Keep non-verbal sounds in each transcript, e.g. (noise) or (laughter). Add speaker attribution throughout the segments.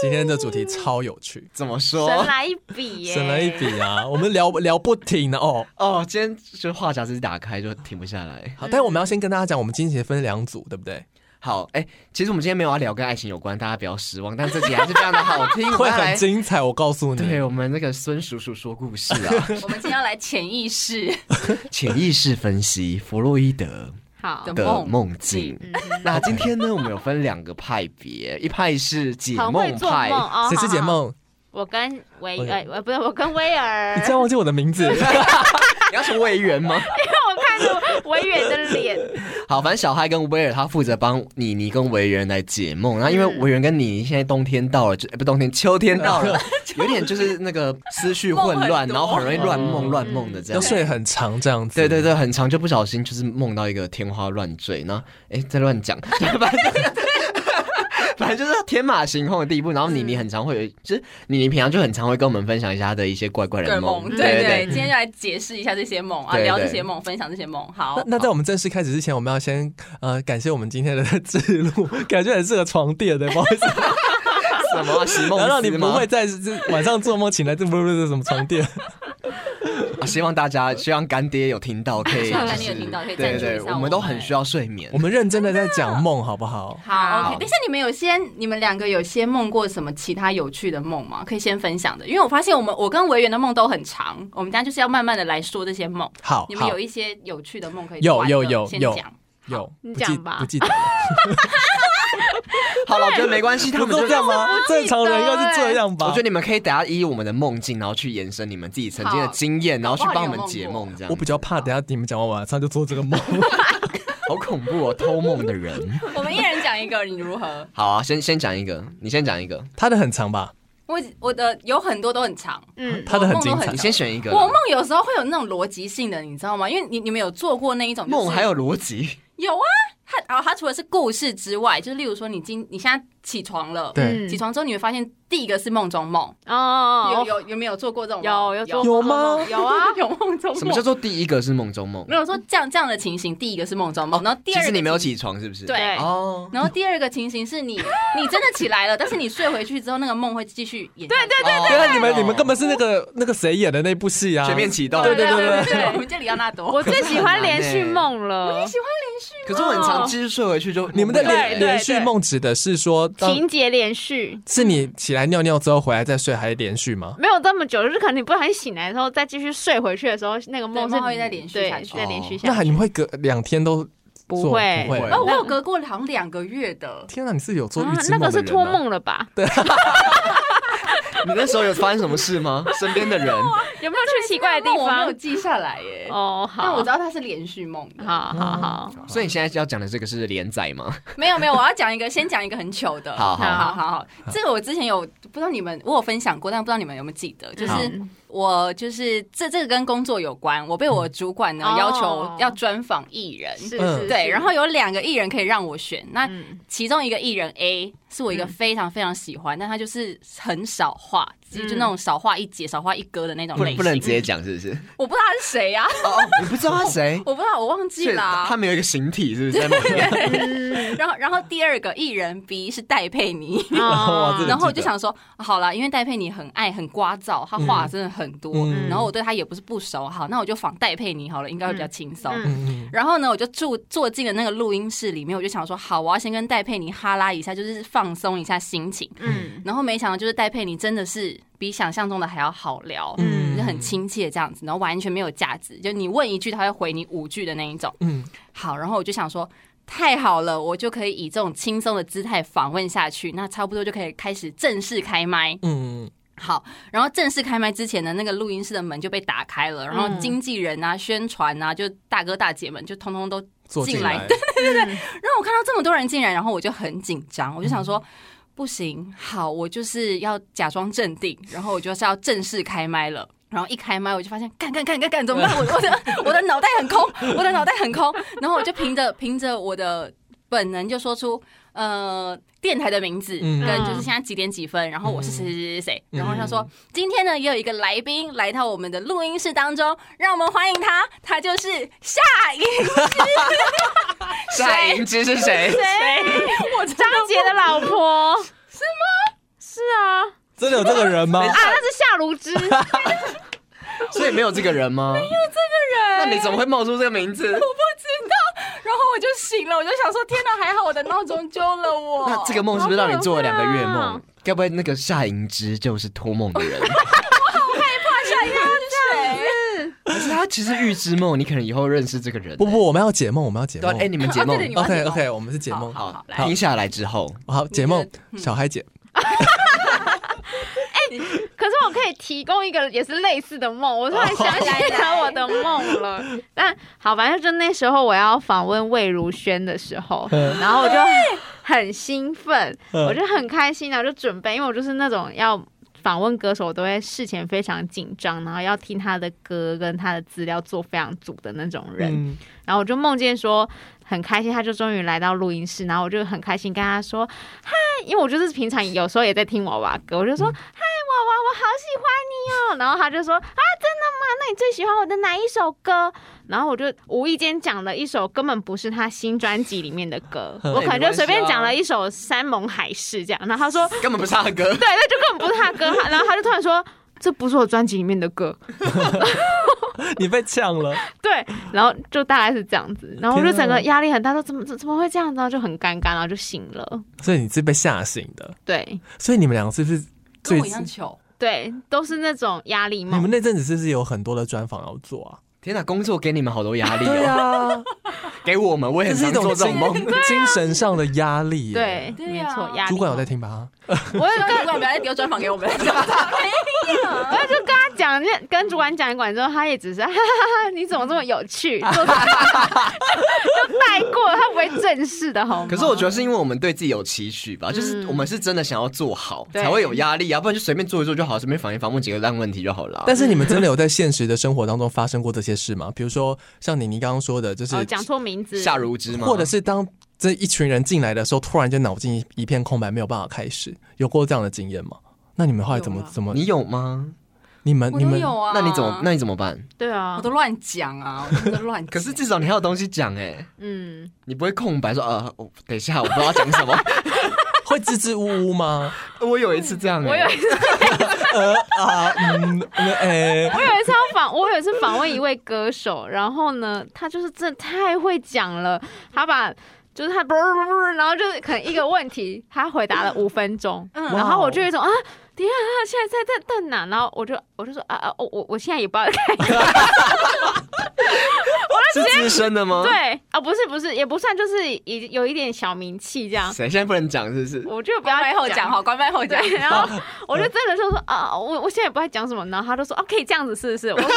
Speaker 1: 今天的主题超有趣，
Speaker 2: 怎么
Speaker 3: 神
Speaker 2: 说？
Speaker 3: 来哦一笔耶，
Speaker 1: 省了一，笔啊！我们聊聊不停的哦。
Speaker 2: 哦，今天就话匣子一打开就停不下来。
Speaker 1: 好，但我们要先跟大家讲，我们今天分两组，对不对？
Speaker 2: 好，哎、其实我们今天没有要聊跟爱情有关，大家不要失望，但这集还是非常的好听， (laughs) 我
Speaker 1: 会
Speaker 2: 们要
Speaker 1: 很
Speaker 2: 来。
Speaker 1: 精彩，我告诉你。
Speaker 2: 嗯对我们那个孙叔叔说故事啊，
Speaker 4: 我们今天要来潜意识
Speaker 2: 潜意识分析弗洛伊德
Speaker 3: 好
Speaker 4: 的，
Speaker 2: 的梦
Speaker 4: 梦
Speaker 2: 境
Speaker 4: 境。
Speaker 3: 嗯
Speaker 2: 那今天呢，我们有分两个派别，一派是解
Speaker 3: 很会
Speaker 2: 梦
Speaker 3: 做
Speaker 2: 派
Speaker 3: 梦，哦，
Speaker 1: 谁是
Speaker 3: 好
Speaker 1: 解？
Speaker 3: 好好
Speaker 1: 梦？
Speaker 3: 我跟维
Speaker 1: 我
Speaker 3: 呃，我不是我跟威尔，
Speaker 1: 你竟然忘记我的名
Speaker 2: (laughs)
Speaker 1: 字？(laughs)
Speaker 2: 你要是委员吗？
Speaker 3: (laughs) 我看着维远的脸，
Speaker 2: 好，反正小嗨跟威尔他负责帮妮妮跟维园来解梦，然后因为维园跟妮妮现在冬天到了，就、哎不冬天秋天到了，有点就是那个思绪混乱，然后很容易乱梦乱梦的这
Speaker 1: 要
Speaker 2: 样。
Speaker 1: 睡很长这样子。
Speaker 2: 对对对，很长就不小心就是梦到一个天花乱坠，然后哎在乱讲， (laughs) 反正反正就是天马行空的地步。然后妮妮很常会有，就是妮妮平常就很常会跟我们分享一下她的一些怪怪
Speaker 4: 对
Speaker 2: 的
Speaker 4: 梦， (laughs) 对
Speaker 2: 对
Speaker 4: 对今天就来解释一下这些梦啊，
Speaker 2: 对对
Speaker 4: 聊这些梦，分享这些梦。好
Speaker 1: 那，那在我们正式开始之前，我们要先呃感谢我们今天的制录， (laughs) 感觉很适合床垫的，不好
Speaker 2: (laughs)
Speaker 1: 意思，
Speaker 2: 什么啊席梦
Speaker 1: 然后让
Speaker 2: (laughs)
Speaker 1: 你
Speaker 2: 思
Speaker 1: 不
Speaker 2: 吗
Speaker 1: 会？在这晚上做梦醒来，这不不不什么床垫。
Speaker 2: 啊希望大家，希望干爹有听到，可以，
Speaker 4: 希望干爹有
Speaker 2: 就是
Speaker 4: 听到可以
Speaker 2: 对
Speaker 4: 赞助
Speaker 2: 对
Speaker 4: 一下
Speaker 2: 对，我
Speaker 4: 我
Speaker 2: 们
Speaker 4: 们
Speaker 2: 都很需要睡眠
Speaker 1: 我。们认真的在讲梦，好不好？
Speaker 4: 好
Speaker 3: 好
Speaker 4: ，OK。但是你们有先，你们两个有先梦过什么其他有趣的梦吗？可以先分享的，因为我发现我们我跟维园的梦都很长，我们家就是要慢慢的来说这些梦。
Speaker 1: 好，
Speaker 4: 你们
Speaker 1: 哦好
Speaker 4: 有一些有趣的梦可以
Speaker 1: 有
Speaker 4: 玩
Speaker 1: 有
Speaker 4: 的
Speaker 1: 有
Speaker 4: 先
Speaker 1: 有
Speaker 4: 讲。 (laughs)
Speaker 1: 有，
Speaker 3: 你
Speaker 1: 不记
Speaker 3: 讲吧
Speaker 1: 不记得了，
Speaker 2: 好了，我觉得没关系，他
Speaker 1: 不
Speaker 2: 们
Speaker 1: 都
Speaker 2: 就
Speaker 1: 这样吗？正常人应该是这样吧？
Speaker 2: 我觉得你们可以等下依我们的梦境，然后去延伸你们自己曾经的经验，然后去帮我们解梦，这样
Speaker 1: 我比较怕，等下你们讲完晚上就做这个梦。
Speaker 2: 好恐怖哦，偷梦的人。
Speaker 4: 我们一人讲一个，你如何？
Speaker 2: 好啊，先先讲一个，你先讲一个，
Speaker 1: 他的很长吧？
Speaker 4: 我我的有很多都很长，
Speaker 3: 嗯，
Speaker 1: 他的很精
Speaker 4: 我梦都
Speaker 1: 彩
Speaker 2: 你。先选一个。
Speaker 4: 我梦有时候会有那种逻辑性的，你知道吗？因为你你们有做过那一种、就是、
Speaker 2: 梦还有逻辑，
Speaker 4: 有啊，它然后它除了是故事之外，就是例如说你今你现在起床了，嗯
Speaker 1: 对，
Speaker 4: 起床之后你会发现第一个是梦中梦，有
Speaker 3: 嗯哦，
Speaker 4: 有有没有做过这种梦？，
Speaker 3: 有有做
Speaker 1: 有吗
Speaker 3: 梦有啊
Speaker 4: 有梦中梦？
Speaker 2: 什么叫做第一个是梦中梦
Speaker 4: 没？有说这样这样的情形？第一个是梦中梦，然后第
Speaker 2: 哦其
Speaker 4: 二个
Speaker 2: 实你没有
Speaker 4: 情
Speaker 2: 起床，是不是？
Speaker 4: 对
Speaker 2: 哦，
Speaker 4: (laughs) 然后第二个情形是你你真的起来了，但是你睡回去之后那个梦会继续演下去。对
Speaker 2: 对
Speaker 1: 对啊，你们你们根本是那个那个谁演的那部戏啊？
Speaker 2: 全面启动。
Speaker 1: 对对对对
Speaker 4: 对对，我们叫里奥纳多。
Speaker 3: 哦
Speaker 4: 哦
Speaker 3: 我最喜欢连续梦了，
Speaker 2: 可是我很常继续睡回去就
Speaker 1: 你们的
Speaker 3: 对
Speaker 1: 连
Speaker 3: 对
Speaker 1: 连续梦指的是说，当
Speaker 3: 情节连续。
Speaker 1: 是你起来尿尿之后回来再睡，还连续吗？
Speaker 3: 没有这么久，就是可能你不小心醒来之后，再继续睡回去的时候，那个梦
Speaker 4: 对
Speaker 3: 是
Speaker 4: 梦会再连续
Speaker 3: 对
Speaker 4: 下去
Speaker 3: 再连续
Speaker 1: 哦那
Speaker 3: 下
Speaker 1: 还
Speaker 3: 去。
Speaker 1: 你们会隔两天都
Speaker 3: 不
Speaker 1: 做
Speaker 3: 会
Speaker 1: 不会
Speaker 2: 不会
Speaker 4: 哦，我有隔过好像两个月的，
Speaker 1: 天哪，你是有做预知
Speaker 3: 那
Speaker 1: 梦的人、啊
Speaker 3: 个是托，梦了吧？
Speaker 2: 你那时候有发生什么事吗？身边的人
Speaker 3: 有没有去奇怪的地
Speaker 4: 那我没有
Speaker 3: 方？
Speaker 4: 记下来耶。
Speaker 3: 哦，好，
Speaker 4: 但我知道它是连续梦的。
Speaker 3: 好好
Speaker 1: 嗯
Speaker 3: 好，
Speaker 2: 所以你现在要讲的这个是连载吗？
Speaker 4: 没有没有，我要讲一个，先讲一个很糗的。
Speaker 2: 好
Speaker 4: 好
Speaker 2: 好
Speaker 4: 好好好，这个我之前有不知道你们，我有分享过，但不知道你们有没有记得，就是
Speaker 2: 好
Speaker 4: 我就是这这个跟工作有关，我被我主管呢
Speaker 3: 嗯
Speaker 4: 要
Speaker 3: 哦
Speaker 4: 求要专访艺人。
Speaker 3: 是
Speaker 1: 嗯
Speaker 3: 是，
Speaker 4: 对，
Speaker 3: 是
Speaker 4: 然后有两个艺人可以让我选，那 (laughs)
Speaker 3: 嗯
Speaker 4: 其中一个艺人 A 是我一个
Speaker 3: 嗯
Speaker 4: 非常非常喜欢，但他就是很少话，就就那种少话一节、少话一歌的那种
Speaker 2: 不
Speaker 4: 类
Speaker 2: 能
Speaker 4: 型。
Speaker 2: 不能直接讲，是不是？
Speaker 4: 我不知道他是谁呀、啊
Speaker 2: 哦，你不知道他谁？
Speaker 4: 我不知道，我忘记
Speaker 2: 所以
Speaker 4: 了
Speaker 2: 他
Speaker 4: 啊。
Speaker 2: 没有一个形体，是不是？在梦里面
Speaker 4: 然后，然后第二个艺人 B 是戴佩妮。
Speaker 1: 哇这
Speaker 3: 哦
Speaker 1: 个
Speaker 4: 然后我就想说，好啦，因为戴佩妮很爱很聒噪，她话真的很多，
Speaker 1: 嗯
Speaker 4: 然后我对她也不是不熟，好，那我就仿戴佩妮好了，应该会比较轻松。
Speaker 3: 嗯
Speaker 1: 嗯嗯，
Speaker 4: 然后呢，我就住坐进了那个录音室里面，我就想说，好，我要先跟戴佩妮哈拉一下，就是放松一下心情。
Speaker 3: 嗯
Speaker 4: 然后没想到，就是戴佩妮真的是比想象中的还要好聊，
Speaker 1: 嗯
Speaker 4: 就是很亲切这样子，然后完全没有价值，就你问一句，她会回你五句的那一种。
Speaker 1: 嗯，
Speaker 4: 好，然后我就想说，太好了，我就可以以这种轻松的姿态访问下去，那差不多就可以开始正式开麦。
Speaker 1: 嗯，
Speaker 4: 好，然后正式开麦之前呢，那个录音室的门就被打开了，然后经纪人啊、宣传啊，就大哥大姐们就通通都，
Speaker 1: 做进
Speaker 4: 进来
Speaker 1: 来，嗯
Speaker 4: 然后我看到这么多人进来，然后我就很紧张，我就想说。不行，好，我就是要假装镇定，然后我就是要正式开麦了。然后一开麦，我就发现，干干干干干，怎么
Speaker 1: 嗯
Speaker 4: 办？我我的我的脑袋很空，我的脑袋很空。然后我就凭着凭着我的本能就说出，呃，电台的名字
Speaker 1: 嗯
Speaker 4: 跟就是现在几点几分，然后我是谁谁谁谁谁。
Speaker 1: 嗯
Speaker 4: 然后他说，今天呢也有一个来宾来到我们的录音室当中，让我们欢迎他，他就是夏颖。
Speaker 1: (laughs)
Speaker 2: 夏银之是谁？
Speaker 4: (laughs) 我
Speaker 3: 张杰的老婆是吗？是啊，啊，
Speaker 1: 真的有这个人吗？
Speaker 3: 那是夏如芝，
Speaker 2: 所以没有这个人吗？没有这个人，那你怎么会冒出这个名字？
Speaker 4: 然后我就醒了，我就想说，天哪，还好我的闹钟救了我。
Speaker 2: (laughs)
Speaker 1: 哦
Speaker 2: 那这个梦是不是让你做了两个月
Speaker 1: 啊
Speaker 2: 梦？该不会那个夏银之就是托梦的
Speaker 1: (laughs)
Speaker 2: 人？
Speaker 4: 哎
Speaker 2: 可是他其实预知梦，你可能以后认识这个人。
Speaker 1: 不不，我们要解梦，我们要解
Speaker 2: 对啊，
Speaker 1: 梦。
Speaker 2: 哎，你们解梦
Speaker 4: 哦对对你们要
Speaker 1: OK
Speaker 4: 解梦
Speaker 1: OK，我们是解梦。
Speaker 4: 好
Speaker 2: 好，听下来之后，
Speaker 1: 好，解梦
Speaker 4: 你觉，
Speaker 1: 小孩解。
Speaker 3: 可是我可以提供一个也是类似的梦，我突然想起哦来我的梦了。但好，反正就那时候我要访问魏如萱的时候，
Speaker 1: (laughs) 嗯
Speaker 3: 然后我就很兴奋，
Speaker 1: 嗯
Speaker 3: 我就很开心，然啊后就准备，因为我就是那种要。访问歌手，我都会事前非常紧张，然后要听他的歌跟他的资料做非常足的那种人。
Speaker 1: 嗯
Speaker 3: 然后我就梦见说很开心，他就终于来到录音室，然后我就很开心跟他说嗨，因为我就是平常有时候也在听娃娃歌，我就说、嗨娃娃，我好喜欢你哦，然后他就说啊真的吗？那你最喜欢我的哪一首歌？然后我就无意间讲了一首根本不是他新专辑里面的歌，我可能就随便讲了一首《山盟海誓》这样，然后他说
Speaker 2: 根本不是他的歌。
Speaker 3: 对，那就根本不是他歌，然后他就突然说这不是我专辑里面的歌，
Speaker 1: 你被呛 (laughs) 了，
Speaker 3: (laughs) 对，然后就大概是这样子，然后我就
Speaker 1: 天啊
Speaker 3: 整个压力很大，说怎么怎怎么会这样子，然后就很尴尬，然后就醒了。
Speaker 1: 所以你是被吓醒的。
Speaker 3: 对
Speaker 1: 所以你们两个是不是
Speaker 4: 跟
Speaker 1: 最
Speaker 4: 我一？样糗。
Speaker 3: 对，都是那种压力
Speaker 1: 你们
Speaker 3: 梦。
Speaker 1: 那阵子是不是有很多的专访要做啊？
Speaker 2: 天哪，工作给你们好多压力
Speaker 1: 对
Speaker 2: 哦，
Speaker 1: (laughs) 啊，
Speaker 2: 给我们我也
Speaker 1: 这
Speaker 2: 很
Speaker 1: 是一
Speaker 2: 常做
Speaker 1: 种
Speaker 2: 这种
Speaker 1: 精
Speaker 2: 梦。
Speaker 1: 精神上的压力耶。
Speaker 3: 对，
Speaker 4: 对
Speaker 3: 没
Speaker 4: 啊
Speaker 3: 错，压力。
Speaker 1: 主管有在，听吧？
Speaker 3: 我有
Speaker 4: 主管不要再丢专访给我们，
Speaker 3: 我就跟他讲，那跟主管讲一管之后，他也只是哈 (laughs) 哈哈哈，你怎么这么有
Speaker 1: (laughs)
Speaker 3: 趣，就就带过，他不会正式的好吗？哦
Speaker 2: 可是我觉得是因为我们对自己有期许吧，就是
Speaker 3: 嗯
Speaker 2: 我们是真的想要做好，
Speaker 3: 对
Speaker 2: 才会有压力啊，不然就随便做一做就好，随便反一反问几个烂问题就好了啊。
Speaker 1: 但是你们真的有在现实的生活当中发生过这些事吗？比如说像你你刚刚说的，就是
Speaker 3: 哦讲错名字，
Speaker 2: 夏如芝吗？
Speaker 1: 或者是当这一群人进来的时候，突然间脑筋一片空白，没有办法开始，有过这样的经验吗？那你们后来怎么
Speaker 4: 有啊
Speaker 1: 怎么？
Speaker 2: 你有吗？
Speaker 1: 你们
Speaker 4: 我
Speaker 1: 你
Speaker 4: 都
Speaker 1: 们
Speaker 4: 有啊。
Speaker 2: 那你怎么？那你怎么办？
Speaker 3: 对
Speaker 4: 我
Speaker 3: 啊，
Speaker 4: 都乱讲啊，我真的乱讲。
Speaker 2: 可是至少你还有东西讲哎，
Speaker 3: 嗯，
Speaker 2: 你不会空白说呃，我等一下我不知道讲
Speaker 3: (laughs)
Speaker 2: 什么。
Speaker 1: 会支支吾吾吗？
Speaker 2: 我有一次这样
Speaker 3: 我有
Speaker 2: 哎，
Speaker 1: 呃啊嗯嗯哎、
Speaker 3: 我有一次要访，我有一次访问一位歌手，然后呢，他就是真的太会讲了，他把就是他，然后就是可能一个问题，他回答了五分钟，
Speaker 4: 嗯
Speaker 3: 然后我就有一种啊，等一下他现在在在在哪？然后我就我就说啊啊，我我我现在也不知道该
Speaker 2: 是资深的吗？，
Speaker 3: 对啊，不是不是，也不算，就是已有一点小名气这样，
Speaker 2: 谁现在不能讲是不是？
Speaker 3: 我就不
Speaker 4: 关麦后
Speaker 3: 要
Speaker 4: 讲。好，关麦后讲。
Speaker 3: 对，然后我就真的就说啊，我我现在也不知道讲什么，然后他就说哦、可以这样子是不是？我说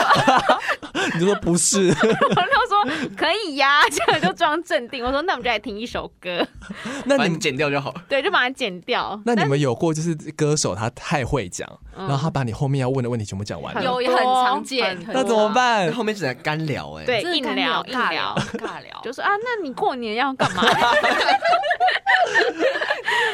Speaker 1: 你就说不是，
Speaker 3: (laughs) 我就说可以呀、 (laughs) 这样就装镇定。我说那我们就来听一首歌， (laughs)
Speaker 1: 那
Speaker 2: 把
Speaker 1: 你
Speaker 2: 你
Speaker 1: 们
Speaker 2: 剪掉就好。
Speaker 3: 对，就把它剪掉。
Speaker 1: 那你
Speaker 3: 但嗯
Speaker 1: 们有过就是歌手他太会讲，然后他把你后面要问的问题全部讲完
Speaker 3: 很
Speaker 1: 了，
Speaker 4: 有
Speaker 3: 多
Speaker 4: 很常见
Speaker 3: 很
Speaker 4: 很
Speaker 1: 那
Speaker 3: 多
Speaker 1: 怎么办？
Speaker 2: 哎后面只能干聊哎。
Speaker 3: 对
Speaker 4: 真的
Speaker 3: 硬
Speaker 4: 干
Speaker 3: 聊硬
Speaker 4: 尬
Speaker 3: 聊
Speaker 4: 聊，尬聊，
Speaker 3: 就说啊，那你过年要干嘛？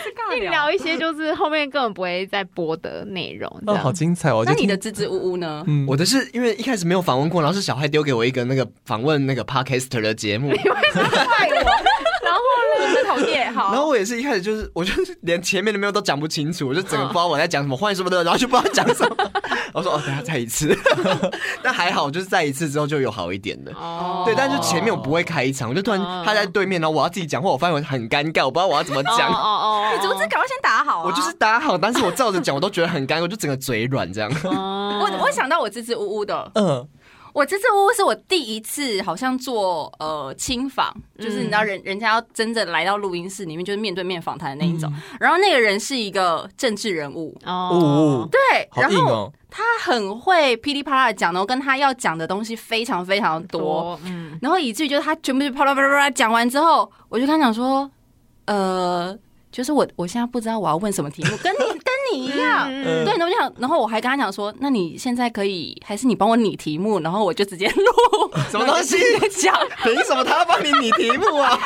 Speaker 4: 是尬
Speaker 3: 硬聊。一些就是后面根本不会再播的内容。这
Speaker 1: 哦，
Speaker 3: 样
Speaker 1: 好精彩哦！
Speaker 4: 啊那
Speaker 1: 就
Speaker 4: 你
Speaker 1: 听
Speaker 4: 的支支吾吾呢？
Speaker 1: 嗯，
Speaker 2: 我的是因为一开始没有访问过，然后是小孩丢给我一个那个访问那个 podcaster 的节目，
Speaker 4: 怪 (laughs) 我，然后呢？我的讨厌，
Speaker 2: 然
Speaker 4: 好，
Speaker 2: 后我也是一开始就是 (laughs) 我就是连前面的没有都讲不清楚，我就整个不知道我在讲什么，换什么的，然后就不知道讲什么。 (laughs) 我说哦，等一下再一次， (laughs) 但还好就是再一次之后就有好一点的。
Speaker 3: 哦
Speaker 2: 对，但是就前面我不会开场，我就突然
Speaker 3: 哦
Speaker 2: 他在对面，然后我要自己讲话，我发现我很尴尬，我不知道我要怎么
Speaker 3: 哦
Speaker 2: 讲。
Speaker 3: 哦哦，
Speaker 4: 哎你怎么这赶快先打好啊？
Speaker 2: 我就是打好，但是我照着讲，我都觉得很尴尬，我就整个嘴软 (laughs) 这样。
Speaker 3: 哦
Speaker 4: 我，我想到我支支吾吾的，
Speaker 1: 嗯，
Speaker 4: 我支支吾吾是我第一次好像做呃亲访，就是你知
Speaker 1: 嗯
Speaker 4: 道人人家要真的来到录音室里面，就是面对面访谈的那一种。
Speaker 1: 嗯
Speaker 4: 然后那个人是一个政治人物，
Speaker 3: 哦
Speaker 1: 哦，
Speaker 4: 对，
Speaker 1: 好
Speaker 4: 然
Speaker 1: 硬
Speaker 4: 后
Speaker 1: 哦，
Speaker 4: 他很会噼里啪啦地讲，然后跟他要讲的东西非常非常多，
Speaker 3: 嗯，
Speaker 4: 然后以至于就是他全部就啪啦啪啦啪啦讲完之后，我就跟他讲说，呃，就是我我现在不知道我要问什么题目，跟你跟你一样。
Speaker 1: 嗯
Speaker 4: 对，然后我就想，然后我还跟他讲说，那你现在可以，还是你帮我拟题目，然后我就直接录，
Speaker 2: 什么东西
Speaker 4: 然后就直接讲，
Speaker 2: 凭什么他要帮你拟题目啊？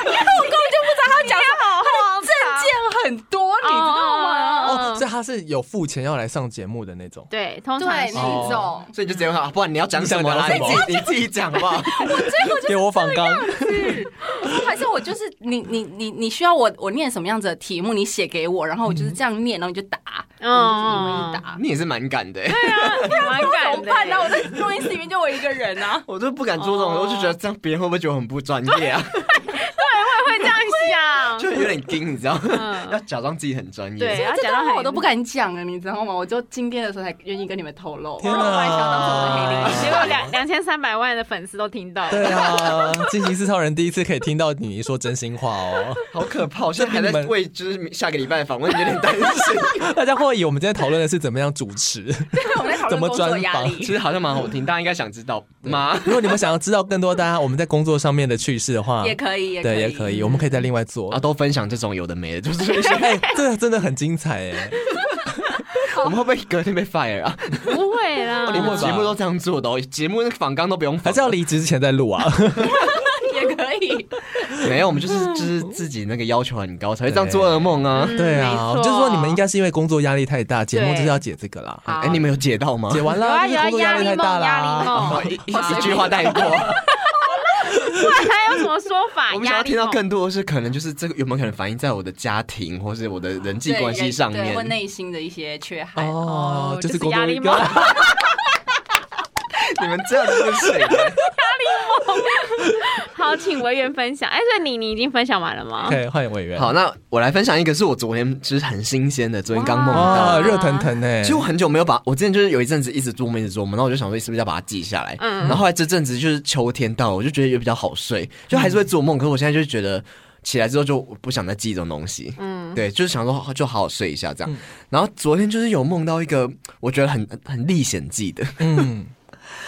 Speaker 4: 他讲什么
Speaker 3: 好正
Speaker 4: 见很多，你知道吗？
Speaker 1: 哦，所以他是有付钱要来上节目的那种。
Speaker 3: 对，通常
Speaker 4: 对，
Speaker 3: 是
Speaker 4: 那
Speaker 2: 哦
Speaker 4: 种。
Speaker 2: (laughs) 所以就直接问他，不然你要讲什么啦？你
Speaker 1: 你想
Speaker 2: 自己你自己讲好不好？
Speaker 1: 给我仿纲，
Speaker 4: 还是我就是你你你你需要我我念什么样子的题目，你写给我，然后我就是这样念，然后你就答，
Speaker 3: 嗯啊
Speaker 4: 我就是一问一答。
Speaker 2: (laughs) 你也是蛮敢的欸，。
Speaker 3: 蛮
Speaker 4: 怎
Speaker 3: 敢
Speaker 4: 么
Speaker 3: 的
Speaker 4: 办呢？ (laughs) 我
Speaker 3: 欸。
Speaker 4: 在录音室里面就我一个人啊
Speaker 2: 我就不敢做这种，
Speaker 4: 哦
Speaker 2: 我就觉得这样别人会不会觉得我很不专业 (laughs) 啊？
Speaker 3: 会这样
Speaker 2: 就
Speaker 3: 想，
Speaker 2: 有点惊，你知道吗？要
Speaker 3: 嗯，
Speaker 2: 假装自己很专业。
Speaker 3: 对
Speaker 4: 这段话我都不敢讲了，你知道吗？我就今天的时候才愿意跟你们透露。
Speaker 1: 天
Speaker 3: 啊
Speaker 1: 哪
Speaker 4: 不然我还想当什
Speaker 2: (laughs)
Speaker 4: 么黑
Speaker 3: 结果两两千三百万的粉丝都听到了，
Speaker 1: (laughs) 对啊，进行四超人第一次可以听到你说真心话
Speaker 3: (laughs)
Speaker 1: 哦。
Speaker 2: 好可怕！我现在还
Speaker 1: 这比你
Speaker 2: 在
Speaker 1: 们
Speaker 2: 为就是下个礼拜的访问有点担心。
Speaker 1: 大家会以为我们今天讨论的是怎么样主
Speaker 3: (laughs)
Speaker 1: 持。
Speaker 4: 对，我们在讨
Speaker 1: 怎
Speaker 4: 论
Speaker 1: 么
Speaker 4: 工作
Speaker 1: 专
Speaker 4: 压
Speaker 1: 访
Speaker 2: (laughs) 其
Speaker 4: 力。
Speaker 2: 实好像蛮好听，大家应该想知道吗？
Speaker 1: 如果你们想要知道更多大家我们在工作上面的趣事的话，
Speaker 4: (laughs) 也可以，
Speaker 1: 对也可以，我们可以再另外做
Speaker 3: 嗯
Speaker 2: 啊，。都分享这种有的没的，就是
Speaker 1: (laughs)
Speaker 2: 一些
Speaker 1: 哎，这个真的很精
Speaker 3: (laughs)
Speaker 1: 彩哎！
Speaker 2: 我们会不会隔天被 fire 啊？
Speaker 3: 不会啦
Speaker 2: 哦，你们节目都这样做的哦，节目访纲都不用访，
Speaker 1: 还是要离职之前再录啊？
Speaker 4: (laughs) 也可以。
Speaker 2: 没有，我们就是就是自己那个要求很高才会这样做噩梦啊。
Speaker 3: 嗯
Speaker 1: (laughs) 对啊，
Speaker 3: 没错
Speaker 1: 就是说你们应该是因为工作压力太大，节目
Speaker 3: 对
Speaker 1: 就是要解这个啦。
Speaker 3: 好
Speaker 2: 哎，你们有解到吗？
Speaker 1: (laughs) 解完
Speaker 3: 有
Speaker 1: 啦，
Speaker 3: 啊
Speaker 1: 就
Speaker 3: 有
Speaker 1: 是
Speaker 3: 啊，
Speaker 1: 工作
Speaker 3: 压
Speaker 1: 力
Speaker 3: 力
Speaker 1: 太大
Speaker 3: 梦，压
Speaker 1: 啦
Speaker 3: 力。梦，
Speaker 2: 哦一一一句话带过。
Speaker 3: 还有什么说法？
Speaker 2: 我们想
Speaker 3: 压
Speaker 2: 要
Speaker 3: 力哦
Speaker 2: 听到
Speaker 3: 梦。
Speaker 2: 更多的是，可能就是这个有没有可能反映在我的家庭或是我的人际关系上
Speaker 4: 对
Speaker 2: 面
Speaker 4: 或？内心的一些
Speaker 3: (laughs)
Speaker 4: 缺憾。
Speaker 1: 哦
Speaker 3: 哦，
Speaker 1: 就
Speaker 3: 就是是
Speaker 1: 工作
Speaker 3: 压力
Speaker 1: (laughs)
Speaker 3: 梦
Speaker 2: 你们这样子不行 (laughs) 欸。
Speaker 3: 好，请委员分享。哎，所以你你已经分享完了吗？
Speaker 1: 可以换委员。哦
Speaker 2: 好，那我来分享一个是我昨天就是很新鲜的，昨天刚梦到
Speaker 1: 哇，
Speaker 2: 的。
Speaker 1: 热腾腾哎！
Speaker 2: 其实我很久没有把，我之前就是有一阵子一直做梦，一直做梦，然后我就想说是不是要把它记下来。
Speaker 3: 嗯
Speaker 2: 然后后来这阵子就是秋天到了，我就觉得也比较好睡，就还是会做梦，可是我现在就觉得起来之后就不想再记这种东西。
Speaker 3: 嗯，
Speaker 2: 对，就是想说就好好睡一下这样
Speaker 1: 嗯。
Speaker 2: 然后昨天就是有梦到一个我觉得很很历险记的， (laughs)
Speaker 3: (laughs)
Speaker 1: 嗯，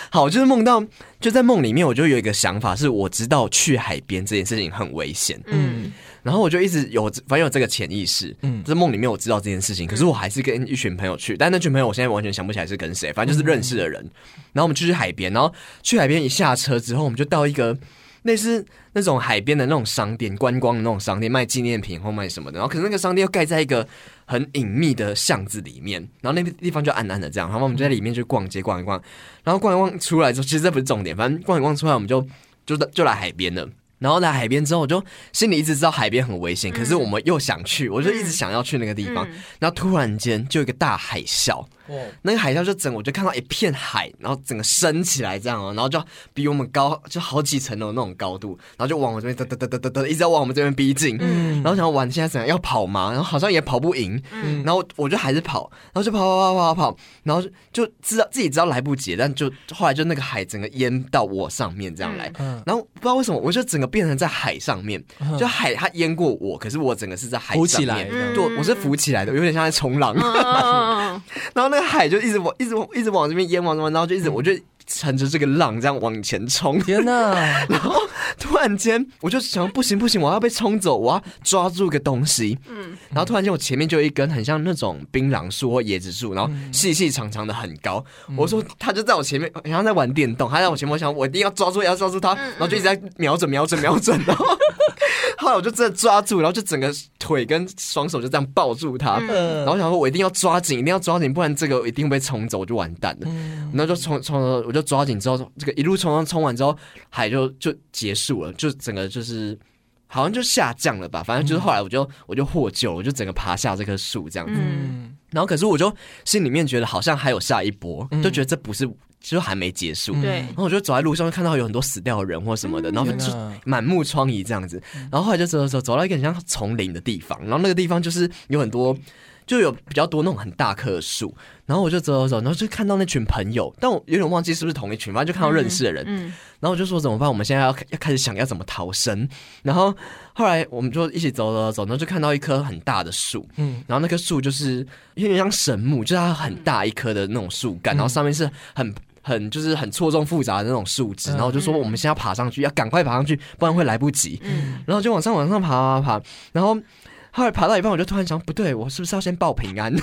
Speaker 2: 好，就是梦到就在梦里面，我就有一个想法，是我知道去海边这件事情很危险，
Speaker 3: 嗯
Speaker 2: 然后我就一直有反正有这个潜意识，
Speaker 1: 嗯
Speaker 2: 嗯，就是梦里面我知道这件事情，可是我还是跟一群朋友去，但那群朋友我现在完全想不起来是跟谁，反正就是认识的人。然后我们就去海边，然后去海边一下车之后，我们就到一个类似那种海边的那种商店，观光的那种商店，卖纪念品或卖什么的。然后可是那个商店又盖在一个很隐秘的巷子里面，然后那个地方就暗暗的这样。然后我们就在里面去逛街逛一逛，然后逛一逛出来之后，其实这不是重点，反正逛一逛出来我们就就就来海边了。然后来海边之后，我就心里一直知道海边很危险，可是我们又想去，我就一直想要去那个地方。
Speaker 3: 嗯
Speaker 2: 然后突然间就有一个大海啸，
Speaker 3: 哦
Speaker 1: 哇
Speaker 2: 那个海啸就整，我就看到一片海，然后整个升起来这样哦，然后就比我们高，就好几层楼那种高度，然后就往我这边哒哒哒哒哒哒，一直要往我们这边逼近。
Speaker 1: 嗯
Speaker 2: 然后想玩现在怎样要跑吗？然后好像也跑不赢，
Speaker 1: 嗯
Speaker 2: 然后我就还是跑，然后就跑跑跑跑跑，然后就知道自己知道来不及，但就后来就那个海整个淹到我上面这样来，
Speaker 1: 嗯
Speaker 2: 然后不知道为什么我就整个变成在海上面，
Speaker 1: 嗯
Speaker 2: 就海它淹过我，可是我整个是在海
Speaker 1: 浮
Speaker 2: 上
Speaker 1: 起来
Speaker 2: 面
Speaker 1: 这样
Speaker 2: 对，我是浮起来的，有点像在冲浪。
Speaker 3: 嗯嗯嗯
Speaker 2: 然后那个海就一直往一直往一直往这边淹，往这边，然后就一
Speaker 1: 嗯
Speaker 2: 直我就乘着这个浪这样往前冲。
Speaker 1: 天
Speaker 3: (laughs)
Speaker 1: 哪！
Speaker 3: 嗯
Speaker 2: (laughs) 突然间我就想不行不行，我要被冲走，我要抓住一个东西。
Speaker 3: 嗯
Speaker 2: 然后突然间我前面就有一根很像那种槟榔树或椰子树，然后细细长长的很高。我说它就在我前面，好像在玩电动，它在我前面，我想我一定要抓住，要抓住它，然后就一直在瞄准瞄准瞄准，然后。 (laughs) 后来我就真的抓住，然后就整个腿跟双手就这样抱住它，然后
Speaker 1: 嗯
Speaker 2: 我想说，我一定要抓紧，一定要抓紧，不然这个一定会被冲走，我就完蛋了。
Speaker 1: 嗯
Speaker 2: 然后就冲冲，我就抓紧之后，这个一路冲冲冲完之后，海就就结束了，就整个就是好像就下降了吧，反
Speaker 1: 嗯
Speaker 2: 正就是后来我就我就获救了，我就整个爬下这棵树这样子。
Speaker 3: 嗯
Speaker 1: 嗯
Speaker 2: 然后可是我就心里面觉得好像还有下一波，
Speaker 1: 嗯
Speaker 2: 就觉得这不是就还没结束。
Speaker 1: 嗯
Speaker 3: 对
Speaker 2: 然后我就走在路上，就看到有很多死掉的人或什么的，然后
Speaker 1: 天
Speaker 2: 就
Speaker 1: 哪
Speaker 2: 满目疮痍这样子。然后后来就走走走，走到一个很像丛林的地方，然后那个地方就是有很多，就有比较多那种很大棵的树。然后我就走走走，然后就看到那群朋友，但我有点忘记是不是同一群，反正就看到认识的人。
Speaker 3: 嗯，
Speaker 2: 然后我就说怎么办？我们现在要要开始想要怎么逃生。然后后来我们就一起走走走，然后就看到一棵很大的树，
Speaker 1: 嗯
Speaker 2: 然后那棵树就是有点像神木，就是它很大一棵的那种树
Speaker 1: 嗯
Speaker 2: 干，然后上面是很。很就是很错综复杂的那种树枝，
Speaker 1: 嗯
Speaker 2: 然后我就说我们现在要爬上去，要赶快爬上去，不然会来不及。
Speaker 3: 嗯
Speaker 2: 然后就往上往上爬爬爬，然后后来爬到一半，我就突然想，不对，我是不是要先报平安，跟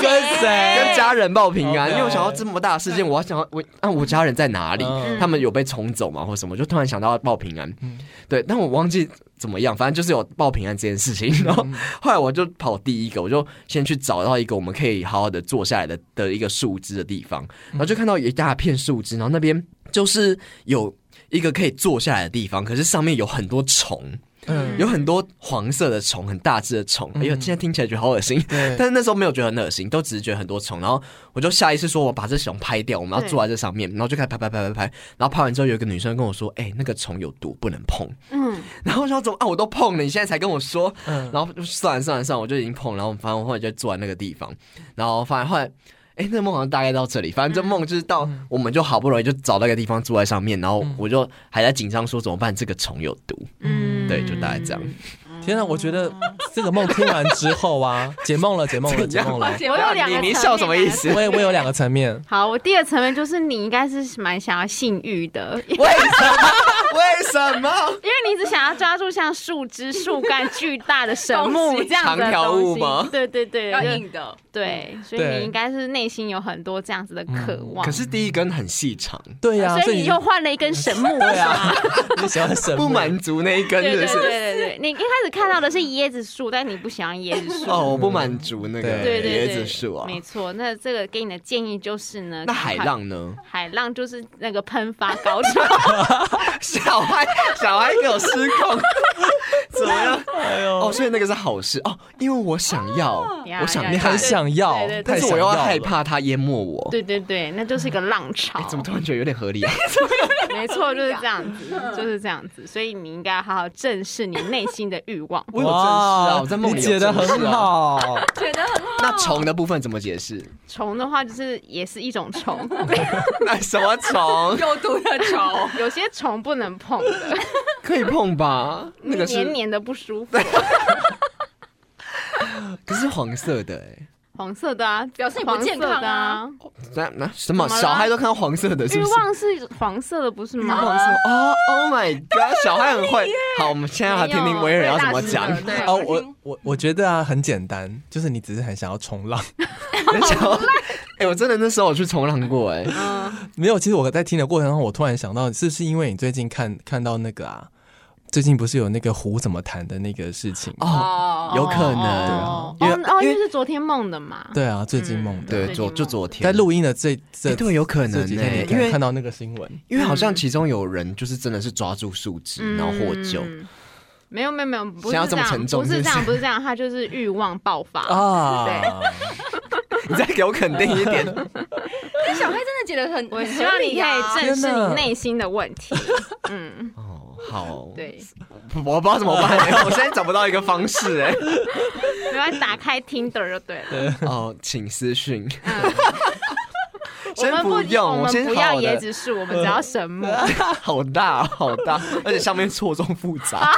Speaker 1: 跟谁？
Speaker 2: 家人报平安？
Speaker 1: OK
Speaker 2: 因为我想到这么大的事件，我要想要我啊，我家人在哪里？
Speaker 1: 嗯
Speaker 2: 他们有被冲走吗，或什么？就突然想到要报平安
Speaker 1: 嗯，
Speaker 2: 对，但我忘记怎么样，反正就是有报平安这件事情。
Speaker 1: 嗯
Speaker 2: 然后后来我就跑第一个，我就先去找到一个我们可以好好的坐下来的的一个树枝的地方，
Speaker 1: 嗯
Speaker 2: 然后就看到一大片树枝，然后那边就是有一个可以坐下来的地方，可是上面有很多虫，
Speaker 1: 嗯
Speaker 2: 有很多黄色的虫，很大只的虫。哎呦，
Speaker 1: 嗯
Speaker 2: 现在听起来觉得好恶心。
Speaker 1: 对
Speaker 2: 但是那时候没有觉得很恶心，都只是觉得很多虫，然后我就下意识说，我把这熊拍掉，我们要
Speaker 3: 对
Speaker 2: 坐在这上面，然后就开始拍拍拍拍拍，然后拍完之后，有一个女生跟我说，哎、那个虫有毒，不能碰。 (laughs)
Speaker 3: 嗯，
Speaker 2: 然后我想怎么啊，我都碰了，你现在才跟我说，
Speaker 1: 嗯
Speaker 2: 然后就算了算了算了，我就已经碰了，然后反正我后来就坐在那个地方，然后反正后来，哎、那个梦好像大概到这里，反正这梦就是到我们就好不容易就找到一个地方坐在上面，然
Speaker 1: 嗯
Speaker 2: 后我就还在紧张说怎么办，这个虫有毒，
Speaker 3: 嗯
Speaker 2: 对，就大概这样。 (laughs)
Speaker 1: 天啊，我觉得这个梦听完之
Speaker 3: (laughs)
Speaker 1: 后啊，解梦了，解梦了，
Speaker 2: 怎
Speaker 1: 解
Speaker 2: 样
Speaker 1: 梦了。
Speaker 3: 我有两个层
Speaker 2: 你
Speaker 3: 面
Speaker 2: 你笑什么意思？
Speaker 1: 我也我有两个层面，
Speaker 3: 好，我第二层面就是你应该是蛮想要性欲的， (laughs) 因
Speaker 2: (laughs) 为什么？为什么？
Speaker 3: 为你只想要抓住像树枝、树干巨大的神
Speaker 4: 东
Speaker 3: 木
Speaker 4: 西
Speaker 3: 这样子
Speaker 2: 长
Speaker 3: 的
Speaker 2: 条
Speaker 3: 东
Speaker 2: 物
Speaker 3: 西
Speaker 2: 吗
Speaker 3: 对对对，
Speaker 4: 要
Speaker 3: 就
Speaker 4: 硬的，
Speaker 3: 对，所以
Speaker 1: 对
Speaker 3: 你应该是内心有很多这样子的渴望。
Speaker 2: (laughs) 可是第一根很细长，
Speaker 1: 对呀、
Speaker 3: 啊所
Speaker 1: 所
Speaker 3: 以你又换了一
Speaker 2: 嗯 (laughs)
Speaker 3: 根神木，
Speaker 1: (laughs) 对啊，你喜欢什么？
Speaker 2: 不满足那一根
Speaker 3: 对
Speaker 2: 是不
Speaker 3: 对对
Speaker 2: 是？
Speaker 3: 对对，你一开始看到的是椰子树，但你不喜欢椰子
Speaker 2: (laughs)
Speaker 3: 树。
Speaker 2: 哦，我不满足那个
Speaker 3: 对对
Speaker 2: 椰
Speaker 3: 对，
Speaker 2: 子树啊。
Speaker 3: 没错。那这个给你的建议就是呢，
Speaker 2: 那海
Speaker 3: 赶快，
Speaker 2: 浪呢？
Speaker 3: 海浪就是那个喷发高潮，
Speaker 2: (laughs) 小孩，小孩给我失控， (laughs) 怎么样？
Speaker 1: 哎
Speaker 2: 哦，
Speaker 1: 呦，
Speaker 2: 所以那个是好事哦，因为我想要，我想
Speaker 3: 呀呀
Speaker 2: 要
Speaker 1: 很，想要，
Speaker 3: 对对对
Speaker 2: 但
Speaker 1: 太
Speaker 2: 是
Speaker 1: 想
Speaker 2: 我又
Speaker 1: 要了
Speaker 2: 害。怕它淹没我。
Speaker 3: 对对对，那就是一个浪潮
Speaker 2: 哎，。怎么突然觉得有点合理啊？
Speaker 3: 没错，就是这样子，就是这样子。所以你应该好好正视你内心的欲望。
Speaker 2: (laughs)
Speaker 3: (laughs)
Speaker 2: 我有正事啊，
Speaker 1: 哇
Speaker 2: 我在梦里
Speaker 1: 你
Speaker 2: 有
Speaker 1: 解的
Speaker 2: 正事啊
Speaker 1: 很。好，
Speaker 4: 觉得很好。
Speaker 2: 那虫的部分怎么解释？
Speaker 3: 虫的话，就是也是一种虫，
Speaker 2: (laughs) 那什么虫
Speaker 4: 有毒的虫，
Speaker 3: 有些虫不能碰的，
Speaker 2: (laughs) 可以碰吧？那个是
Speaker 3: 黏，黏的不舒服。
Speaker 2: 可是黄色的哎。
Speaker 3: 黄色的啊，
Speaker 4: 表示你不健康啊
Speaker 3: 黄色的啊。
Speaker 2: 那那什么？
Speaker 3: 怎么了
Speaker 2: 小孩都看到黄色 (laughs) 的，是
Speaker 3: 欲
Speaker 2: 不是？
Speaker 3: 望啊是黄色的，不是
Speaker 2: (laughs) 那
Speaker 3: 吗？
Speaker 2: 黄色哦，Oh my god！小孩很会。好，我们现在来听听维人要怎么讲
Speaker 3: 没
Speaker 2: (laughs)
Speaker 3: 有。对大师的对
Speaker 1: 哦，我我我觉得啊，很简单，就是你只是很想要冲浪。
Speaker 2: 小孩，哎，我真的那时候我去冲浪过，哎，
Speaker 3: 嗯
Speaker 1: 没有，其实我在听的过程中，我突然想到，是不是因为你最近看看到那个啊，最近不是有那个湖怎么弹的那个事情？
Speaker 2: 哦，
Speaker 4: 哦
Speaker 2: 有可
Speaker 3: 哦
Speaker 2: 能，因
Speaker 3: 哦
Speaker 2: 为
Speaker 3: 哦，因
Speaker 2: 因为
Speaker 3: 为是昨天梦的嘛。
Speaker 1: 对啊，最近梦的，
Speaker 3: 对
Speaker 2: 嗯对，昨
Speaker 3: 对
Speaker 2: 就昨天
Speaker 1: 在，录音的这这
Speaker 2: 哎对，有可
Speaker 1: 这
Speaker 2: 能
Speaker 1: 几
Speaker 2: 呢
Speaker 1: 天，你
Speaker 2: 因
Speaker 1: 可能
Speaker 2: 为
Speaker 1: 看到那个新闻，
Speaker 2: 因为好像其中有人就是真的是抓住树枝
Speaker 3: 嗯，
Speaker 2: 然后获 (laughs) 救。
Speaker 3: 没有没有没有，不是
Speaker 2: 想要
Speaker 3: 这
Speaker 2: 这么
Speaker 3: 样，
Speaker 2: 沉重
Speaker 3: 不是这
Speaker 2: 是不
Speaker 3: 样，
Speaker 2: 是
Speaker 3: 不是这样，他就是欲望爆发。
Speaker 2: (laughs)
Speaker 1: 啊，
Speaker 2: 你再给我肯定一点，
Speaker 4: 这哎小孩真的觉得很，
Speaker 3: 我
Speaker 4: 很
Speaker 3: 希望
Speaker 4: 合
Speaker 3: 你
Speaker 4: 理
Speaker 3: 可以
Speaker 4: 啊
Speaker 3: 正视
Speaker 1: 天哪
Speaker 3: 你内心的问题。嗯，
Speaker 2: (laughs) 哦，好，
Speaker 3: 对，
Speaker 2: 我不知道怎么办，
Speaker 3: 嗯
Speaker 2: 哎我现在找不到一个方式，哎，
Speaker 3: 没关系，打开 Tinder 就对了。
Speaker 2: 哦，请私讯，
Speaker 3: 嗯，
Speaker 2: (laughs)
Speaker 3: 我
Speaker 2: 先
Speaker 3: 们不
Speaker 2: 用，
Speaker 3: 我
Speaker 2: 我
Speaker 3: 们
Speaker 2: 先
Speaker 3: 不要
Speaker 2: 好好
Speaker 3: 椰
Speaker 2: 的。
Speaker 3: 子树，我们只要神
Speaker 2: (laughs)
Speaker 3: 木。
Speaker 2: 好大好大，而且上面错综复杂。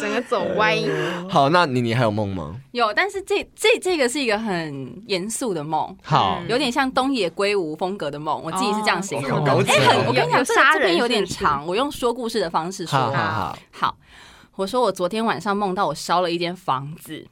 Speaker 3: 整个走歪。
Speaker 2: 好，那你你还有梦吗？
Speaker 4: 有，但是这这这个是一个很严肃的梦，
Speaker 2: 好
Speaker 4: 嗯
Speaker 3: 嗯
Speaker 4: 有点像东野圭吾风格的梦，我自己是这样形容的。
Speaker 2: 哦
Speaker 4: 哎、很，我跟你
Speaker 3: 有
Speaker 4: 讲，这个
Speaker 3: 杀
Speaker 4: 这边
Speaker 3: 人
Speaker 4: 有点
Speaker 3: 是不是
Speaker 4: 长，我用说故事的方式说。
Speaker 2: 好好好，
Speaker 4: 好，我说我昨天晚上梦到我烧了一间房子，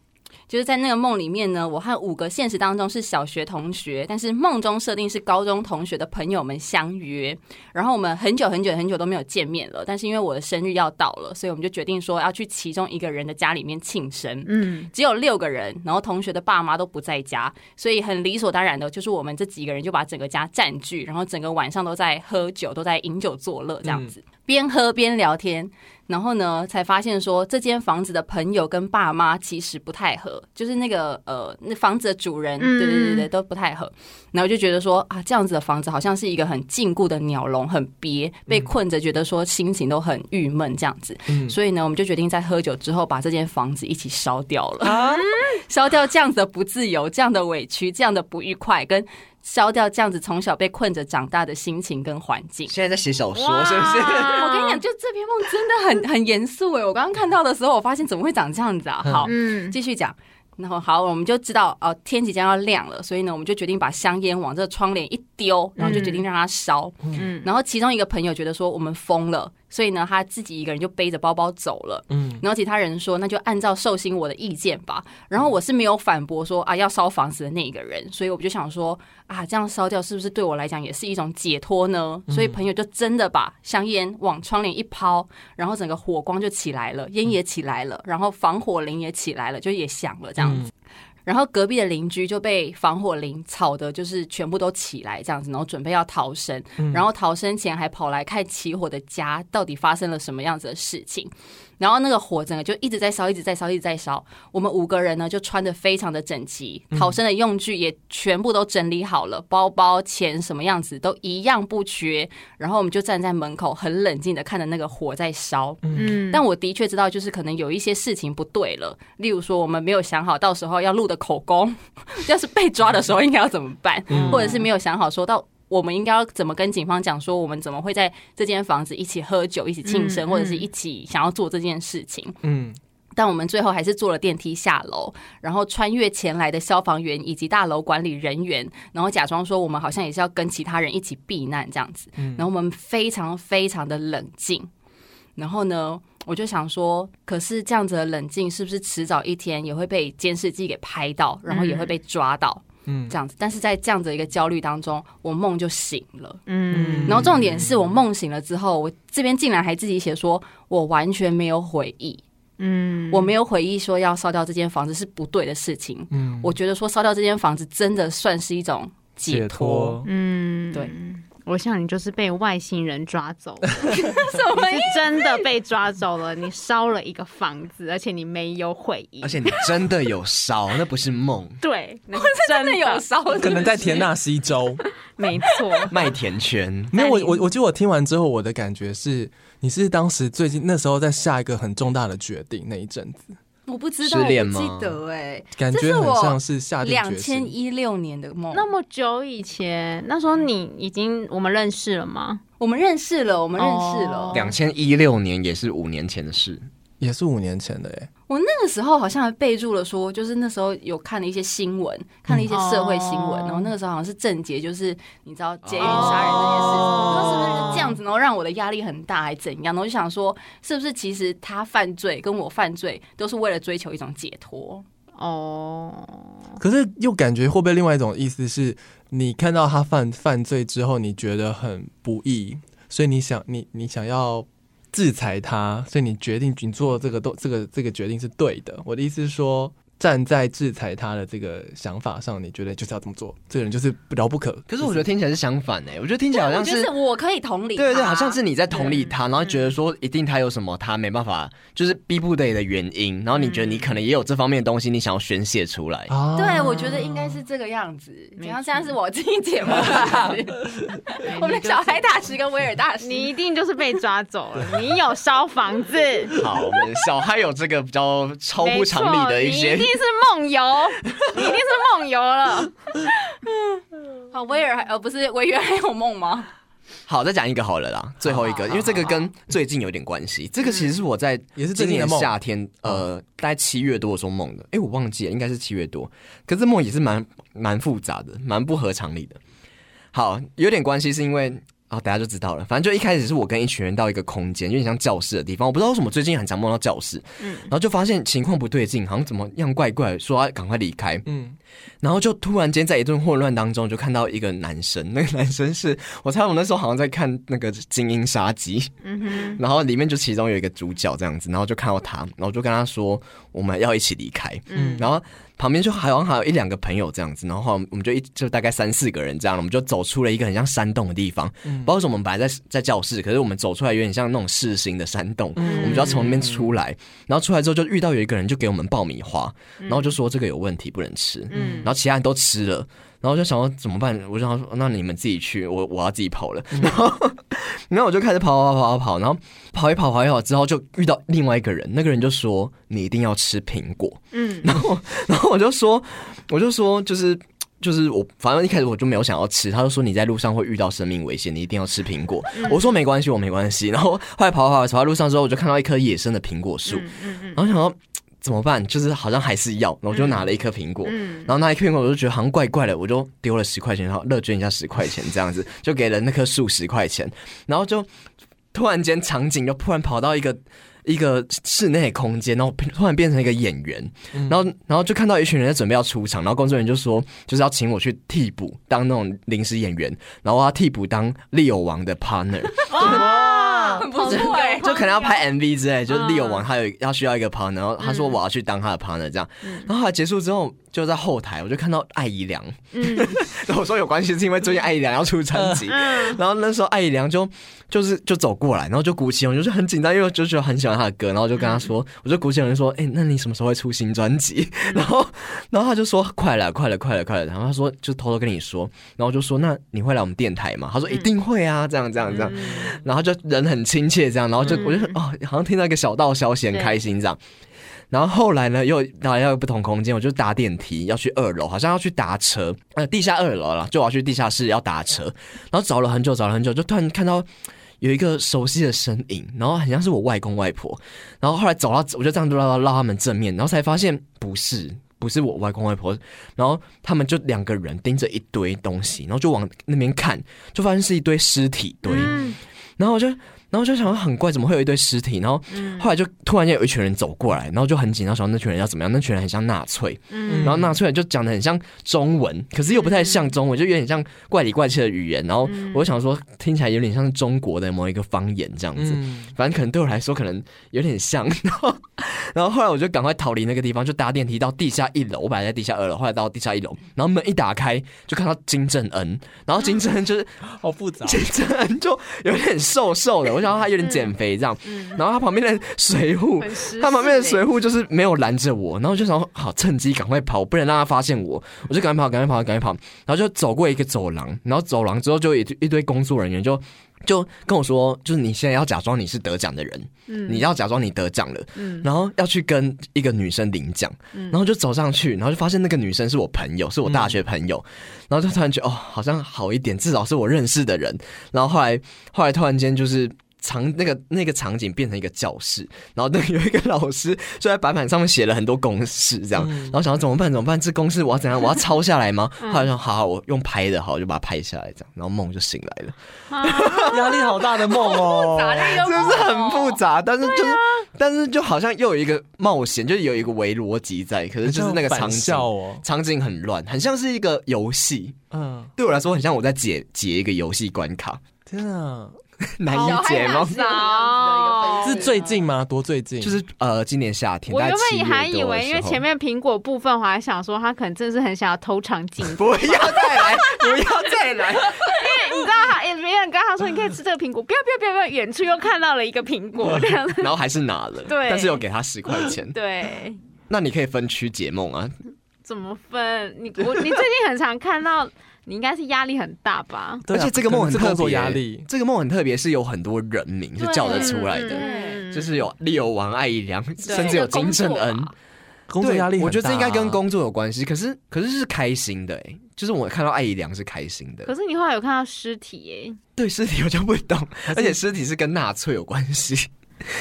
Speaker 4: 就是在那个梦里面呢，我和五个现实当中是小学同学，但是梦中设定是高中同学的朋友们相约，然后我们很久很久很久都没有见面了，但是因为我的生日要到了，所以我们就决定说要去其中一个人的家里面庆生。
Speaker 2: (laughs)
Speaker 3: 嗯，
Speaker 4: 只有六个人，然后同学的爸妈都不在家，所以很理所当然的，就是我们这几个人就把整个家占据，然后整个晚上都在喝酒，都在饮酒作乐这样子，边喝边聊天。然后呢，才发现说这间房子的朋友跟爸妈其实不太合，就是那个呃，那房子的主人，
Speaker 3: 嗯
Speaker 4: 对对对对，都不太合。然后就觉得说啊，这样子的房子好像是一个很禁锢的鸟笼，很憋，被困着，觉得说心情都很郁闷这样子。
Speaker 1: 嗯
Speaker 4: 所以呢，我们就决定在喝酒之后把这间房子一起烧掉了， (laughs) 烧掉这样子的不自由、这样的委屈、这样的不愉快，跟烧掉这样子从小被困着长大的心情跟环境。
Speaker 2: 现在在写小说
Speaker 3: 哇
Speaker 2: 是不是？
Speaker 3: 啊
Speaker 4: 我跟你讲，，就这篇梦真的很很严肃哎！我刚刚看到的时候，我发现怎么会长这样子啊？好，
Speaker 3: 嗯，
Speaker 4: 继续讲。然后好，我们就知道哦，天即将要亮了，所以呢，我们就决定把香烟往这窗帘一丢，然后就决定让它烧。
Speaker 3: 嗯，
Speaker 4: 然后其中一个朋友觉得说我们疯了，所以呢，他自己一个人就背着包包走了。
Speaker 1: 嗯，
Speaker 4: 然后其他人说，那就按照寿星我的意见吧。然后我是没有反驳说啊要烧房子的那一个人，所以我就想说啊这样烧掉是不是对我来讲也是一种解脱呢？
Speaker 3: 嗯
Speaker 4: 所以朋友就真的把香烟往窗帘一抛，然后整个火光就起来了，烟也起来了，然后防火铃也起来了，就也响了这样子。然后隔壁的邻居就被防火铃吵得，就是全部都起来这样子，然后准备要逃生，然后逃生前还跑来看起火的家到底发生了什么样子的事情。然后那个火整个就一直在烧，一直在烧，一直在烧。我们五个人呢就穿的非常的整齐，逃生的用具也全部都整理好了，包包、钱什么样子都一样不缺。然后我们就站在门口，很冷静的看着那个火在烧。
Speaker 3: 嗯，
Speaker 4: 但我的确知道，就是可能有一些事情不对了，例如说我们没有想好到时候要录的口供， (laughs) 要是被抓的时候应该要怎么办，
Speaker 1: 嗯
Speaker 4: 或者是没有想好说到。我们应该要怎么跟警方讲说，我们怎么会在这间房子一起喝酒、一起庆生，
Speaker 3: 嗯
Speaker 4: 或者是一起想要做这件事情？
Speaker 1: 嗯，
Speaker 4: 但我们最后还是坐了电梯下楼，然后穿越前来的消防员以及大楼管理人员，然后假装说我们好像也是要跟其他人一起避难这样子。然后我们非常非常的冷静，然后呢，我就想说，可是这样子的冷静是不是迟早一天也会被监视器给拍到，然后也会被抓到？
Speaker 1: 嗯
Speaker 4: 这样子，但是在这样子的一个焦虑当中，我梦就醒了。
Speaker 3: 嗯，
Speaker 4: 然后重点是我梦醒了之后，我这边竟然还自己写说，我完全没有悔意，
Speaker 3: 嗯，
Speaker 4: 我没有回忆说要烧掉这间房子是不对的事情。
Speaker 1: 嗯
Speaker 4: 我觉得说烧掉这间房子真的算是一种解脱，，
Speaker 3: 嗯，
Speaker 4: 对，
Speaker 3: 我想你就是被外星人抓走了，
Speaker 4: 什
Speaker 3: 你是真的被抓走了，你烧了一个房子，而且你没有悔意
Speaker 2: 而，且你真的有烧，那不是梦。
Speaker 3: 对，我
Speaker 4: 是真的有烧，
Speaker 1: 可能在田纳
Speaker 4: (laughs)
Speaker 1: 西州。
Speaker 3: 没错，
Speaker 2: (laughs) 麦田圈，
Speaker 1: 没有，我
Speaker 3: 那你
Speaker 1: 我我觉得我听完之后，我的感觉是，你是当时最近那时候在下一个很重大的决定那一阵子，
Speaker 4: 我不知道，我
Speaker 2: 失恋
Speaker 4: 不
Speaker 2: 吗
Speaker 4: 记得哎、
Speaker 1: 感
Speaker 4: 这
Speaker 1: 觉
Speaker 4: 是
Speaker 1: 很
Speaker 4: 我
Speaker 1: 像是下定
Speaker 4: 两
Speaker 1: 决
Speaker 4: 千
Speaker 1: 心。
Speaker 4: 一六年的梦。
Speaker 3: 那么久以前，那时候你已经我们认识了吗？
Speaker 4: 我们认识了，我们认识了。
Speaker 3: 哦
Speaker 2: 两千一六年也是五年前的事。
Speaker 1: 也是五年前的耶，
Speaker 4: 我那个时候好像还备注了说，就是那时候有看了一些新闻，看了一些
Speaker 2: 嗯
Speaker 4: 社会新闻，
Speaker 3: 哦
Speaker 4: 然后那个时候好像是郑杰，就是你知道
Speaker 2: 哦
Speaker 4: 监狱杀人那件事情，
Speaker 3: 哦
Speaker 4: 他、是不是这样子，然后让我的压力很大，还怎样？然后我就想说，是不是其实他犯罪跟我犯罪都是为了追求一种解脱？
Speaker 3: 哦，
Speaker 1: 可是又感觉会不会另外一种意思是，你看到他犯犯罪之后，你觉得很不易，所以你想你你想要制裁他，所以你决定你做这个都这个这个决定是对的。我的意思是说，站在制裁他的这个想法上，你觉得就是要这么做，这个人就是遥不可。
Speaker 2: (laughs) 可是我觉得听起来是相反哎、我觉得听起来好
Speaker 4: 啊
Speaker 2: 像
Speaker 4: 我觉得
Speaker 2: 是
Speaker 4: 是我可以同理他，
Speaker 2: 对对，好像是你在同理他，然后觉得说一定他有什么他没办法，就是逼不得已的原因，然后你觉得你可能也有这方面的东西，你想要宣泄出来。
Speaker 1: 啊
Speaker 4: 对，我觉得应该是这个样子。
Speaker 2: 嗯
Speaker 3: 没
Speaker 4: 怎样？
Speaker 3: 错
Speaker 4: 现在是我自己节目，
Speaker 2: (laughs)
Speaker 4: 我们的小孩大师跟威尔大师，
Speaker 3: 哎你一定就是被抓走了，你有烧房子，
Speaker 2: 好，我们小嗨有这个比较超乎
Speaker 3: 没错，
Speaker 2: 常理的一些
Speaker 3: 你一定是梦游，你一定是梦游了。
Speaker 4: 好，威尔还呃不是维园还有梦吗？
Speaker 2: 好，再讲一个好了啦，最后一个，因为这个跟最近有点关系。这个其实是我在
Speaker 1: 也是最
Speaker 2: 今
Speaker 1: 近的
Speaker 2: 年
Speaker 1: 梦嗯
Speaker 2: 夏天，呃，大概七月多的时候梦的。哎、我忘记了，应该是七月多。可是梦也是蛮蛮复杂的，蛮不合常理的。好，有点关系是因为。哦，大家就知道了。反正就一开始是我跟一群人到一个空间，有点像教室的地方。我不知道为什么最近很常梦到教室，然后就发现情况不对劲，好像怎么样怪怪的，说要赶快离开。
Speaker 1: 嗯，
Speaker 2: 然后就突然间在一顿混乱当中，就看到一个男生，那个男生是我猜我那时候好像在看那个《精英杀机》，
Speaker 3: 嗯哼，
Speaker 2: 然后里面就其中有一个主角这样子，然后就看到他，然后就跟他说我们要一起离开，
Speaker 3: 嗯
Speaker 2: 然后旁边就好像还有一两个朋友这样子，然后我们就一就大概三四个人这样，我们就走出了一个很像山洞的地方，
Speaker 1: 嗯
Speaker 2: 不知道为什么我们本来在在教室，可是我们走出来有点像那种市心的山洞，
Speaker 1: 嗯
Speaker 2: 我们就要从那边出来，
Speaker 3: 嗯
Speaker 2: 然后出来之后就遇到有一个人就给我们爆米花，然后就说这个有问题不能吃，
Speaker 3: 嗯
Speaker 2: 然后其他人都吃了，然后我就想说怎么办？我就想说哦那你们自己去，我我要自己跑了。
Speaker 3: 嗯
Speaker 2: 然后 (laughs) 然后我就开始跑跑跑跑跑，然后跑一跑跑一跑之后就遇到另外一个人，那个人就说你一定要吃苹果，
Speaker 3: 嗯
Speaker 2: 然后我 (laughs) 就说我就说就是。就是我，反正一开始我就没有想要吃，他就说你在路上会遇到生命危险，你一定要吃苹果。
Speaker 3: 嗯
Speaker 2: 我说没关系，我没关系。然后后来跑跑跑跑到路上之后，我就看到一棵野生的苹果树，
Speaker 3: 嗯嗯
Speaker 2: 然后想说怎么办，就是好像还是要，然后我就拿了一颗苹果，
Speaker 3: 嗯
Speaker 2: 然后那一片我就觉得好像怪怪的，我就丢了十块钱，然后乐捐一下十块钱这样子，就给了那棵树十块钱，然后就。突然间场景就突然跑到一个一个室内空间，然后突然变成一个演员，然后然后就看到一群人在准备要出场，然后工作人员就说就是要请我去替补当那种临时演员，然后我要替补当利友王的 partner，
Speaker 3: 哇，
Speaker 4: 很不错哎
Speaker 2: 就可能要拍 MV 之类，就是
Speaker 3: 嗯
Speaker 2: 利友王他有要需要一个 partner，然后他说
Speaker 3: 嗯
Speaker 2: 我要去当他的 partner 这样，然后后来结束之后就在后台我就看到艾怡良，
Speaker 3: 嗯
Speaker 2: (laughs) 然后我说有关系是因为最近艾怡良要出专辑，
Speaker 3: 嗯，
Speaker 2: 然后那时候艾怡良就就是就走过来，然后就鼓起勇气，就是很紧张，因为我就觉得很喜欢他的歌，然后我就跟他说，
Speaker 3: 嗯
Speaker 2: 我就鼓起勇气说，哎、那你什么时候会出新专辑？然后然后他就说快了，快了，快了，快了。然后他说就偷偷跟你说，然后我就说那你会来我们电台吗？他
Speaker 3: 嗯
Speaker 2: 说一定会啊，这样这样这样。然后就人很亲切这样，然后就
Speaker 3: 嗯
Speaker 2: 我就哦，好像听到一个小道消息，很
Speaker 3: 对
Speaker 2: 开心这样。然后后来呢，又然后要不同空间，我就搭电梯要去二楼，好像要去搭车，呃，地下二楼了，就我要去地下室要搭车，然后找了很久，找了很久，就突然看到有一个熟悉的身影，然后很像是我外公外婆，然后后来走到我就这样绕绕绕他们正面，然后才发现不是。不是我外公外婆，然后他们就两个人盯着一堆东西，然后就往那边看，就发现是一堆尸体堆。
Speaker 3: 嗯
Speaker 2: 然后我就，然后就想说很怪，怎么会有一堆尸体？然后后来就突然间有一群人走过来，然后就很紧张，想那群人要怎么样？那群人很像纳粹，
Speaker 3: 嗯
Speaker 2: 然后纳粹就讲的很像中文，可是又不太像中文，就有点像怪里怪气的语言。然后我就想说，听起来有点像是中国的某一个方言这样子。
Speaker 1: 嗯，
Speaker 2: 反正可能对我来说可能有点像， (laughs) 然后然后后来我就赶快逃离那个地方，就搭电梯到地下一楼，我本来在地下二楼，后来到地下一楼，然后门一打开就看到金正恩，然后金正恩就是
Speaker 1: 好复杂，
Speaker 2: (laughs) 金正恩就有点瘦瘦的，我想到他有点减肥这样，
Speaker 3: 嗯，
Speaker 2: 然后他旁边的水壶，
Speaker 3: 很实
Speaker 2: 他旁边的
Speaker 3: 事
Speaker 2: 水
Speaker 3: 欸
Speaker 2: 壶就是没有拦着我，然后我就想说好趁机赶快跑，不能让他发现我，我就赶快跑，赶快跑，赶快跑，然后就走过一个走廊，然后走廊之后就有一堆一堆工作人员就。就跟我说，就是你现在要假装你是得奖的人，
Speaker 3: 嗯
Speaker 2: 你要假装你得奖了，
Speaker 3: 嗯
Speaker 2: 然后要去跟一个女生领奖，
Speaker 3: 嗯
Speaker 2: 然后就走上去，然后就发现那个女生是我朋友，是我大学朋友，
Speaker 3: 嗯
Speaker 2: 然后就突然觉得哦，好像好一点，至少是我认识的人。然后后来后来突然间就是。场那个那个场景变成一个教室，然后那个有一个老师就在白板上面写了很多公式，这样，
Speaker 3: 嗯
Speaker 2: 然后想要怎么办怎么办？这公式我要怎样？我要抄下来吗？后来想好好，我用拍的，好，我就把它拍下来，这样，然后梦就醒
Speaker 3: (laughs)
Speaker 2: 来了。
Speaker 1: 压力好大的梦哦，
Speaker 2: 是不是很复杂？但是就是，
Speaker 3: 啊
Speaker 2: 但是就好像又有一个冒险，就是有一个围逻辑在，可是 (laughs) 就是那个场
Speaker 1: 反
Speaker 2: 景，
Speaker 1: 校哦，
Speaker 2: 场景很乱，很像是一个游戏。
Speaker 1: 嗯，
Speaker 2: 对我来说，很像我在解解一个游戏关
Speaker 3: (laughs)
Speaker 2: 卡，
Speaker 1: 天啊，
Speaker 2: 难
Speaker 3: 小
Speaker 2: 以
Speaker 3: 孩
Speaker 2: 解吗
Speaker 3: 很？少
Speaker 2: 啊
Speaker 1: 是最近吗？多最近？
Speaker 2: 就是呃，今年夏天，
Speaker 3: 我
Speaker 2: 大
Speaker 3: 原
Speaker 2: 概七月
Speaker 3: 本也
Speaker 2: 多的
Speaker 3: 还以为，因为
Speaker 2: 时候
Speaker 3: 前面苹果部分，我还想说他可能真的是很想要偷尝
Speaker 2: (laughs)
Speaker 3: 禁
Speaker 2: 不要再来，不要再来，
Speaker 3: 你知道他，也没人跟他说你可以吃这个苹果，不要不要不要不要，远处又看到了一个
Speaker 2: (laughs)
Speaker 3: 苹果这样子。
Speaker 2: 然后还是拿了，
Speaker 3: (laughs) 对
Speaker 2: 但是有给他十块钱。
Speaker 3: 对，
Speaker 2: 那你可以分区解梦啊，
Speaker 3: 怎么分？你我你最近很常看到，你应该是压力很大吧？
Speaker 1: 对啊，
Speaker 2: 而且这个梦很
Speaker 1: 可能是
Speaker 2: 特
Speaker 1: 工
Speaker 2: 别
Speaker 1: 作压力，
Speaker 2: 这个梦很特别，是有很多人名是叫得出来的，
Speaker 3: 嗯
Speaker 2: 就是有利友王、艾怡良，甚至有金正恩。
Speaker 1: 工作压力很大啊，
Speaker 2: 我觉得这应该跟工作有关系。可是，可是是开心的、欸，就是我看到艾怡良是开心的
Speaker 3: 可。是你后来有看到尸体耶、
Speaker 2: 对尸体我就不懂，而且尸体是跟纳粹有关系。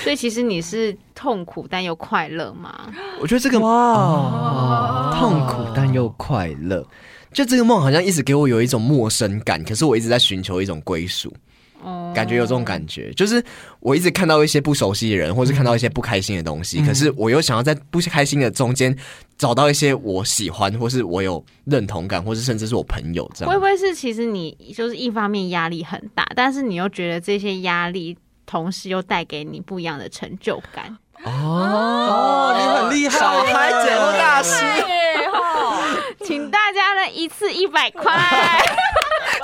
Speaker 3: 所以其实你是痛苦但又快乐嘛？
Speaker 2: 我觉得这个
Speaker 1: 哦哇，
Speaker 2: 痛苦但又快乐，就这个梦好像一直给我有一种陌生感，可是我一直在寻求一种归属。
Speaker 3: 哦，
Speaker 2: 感觉有这种感觉，就是我一直看到一些不熟悉的人，或是看到一些不开心的东西，
Speaker 1: 嗯
Speaker 2: 可是我又想要在不开心的中间找到一些我喜欢，或是我有认同感，或是甚至是我朋友这
Speaker 3: 会
Speaker 2: 样
Speaker 3: 不。会是其实你就是一方面压力很大，但是你又觉得这些压力同时又带给你不一样的成就感？
Speaker 2: 哦
Speaker 1: 你很厉害
Speaker 2: 小
Speaker 5: 哎
Speaker 2: 孩解惑大师，
Speaker 4: 对吼，
Speaker 3: 请大家呢一次一百
Speaker 2: (laughs)
Speaker 3: 块。
Speaker 2: 啊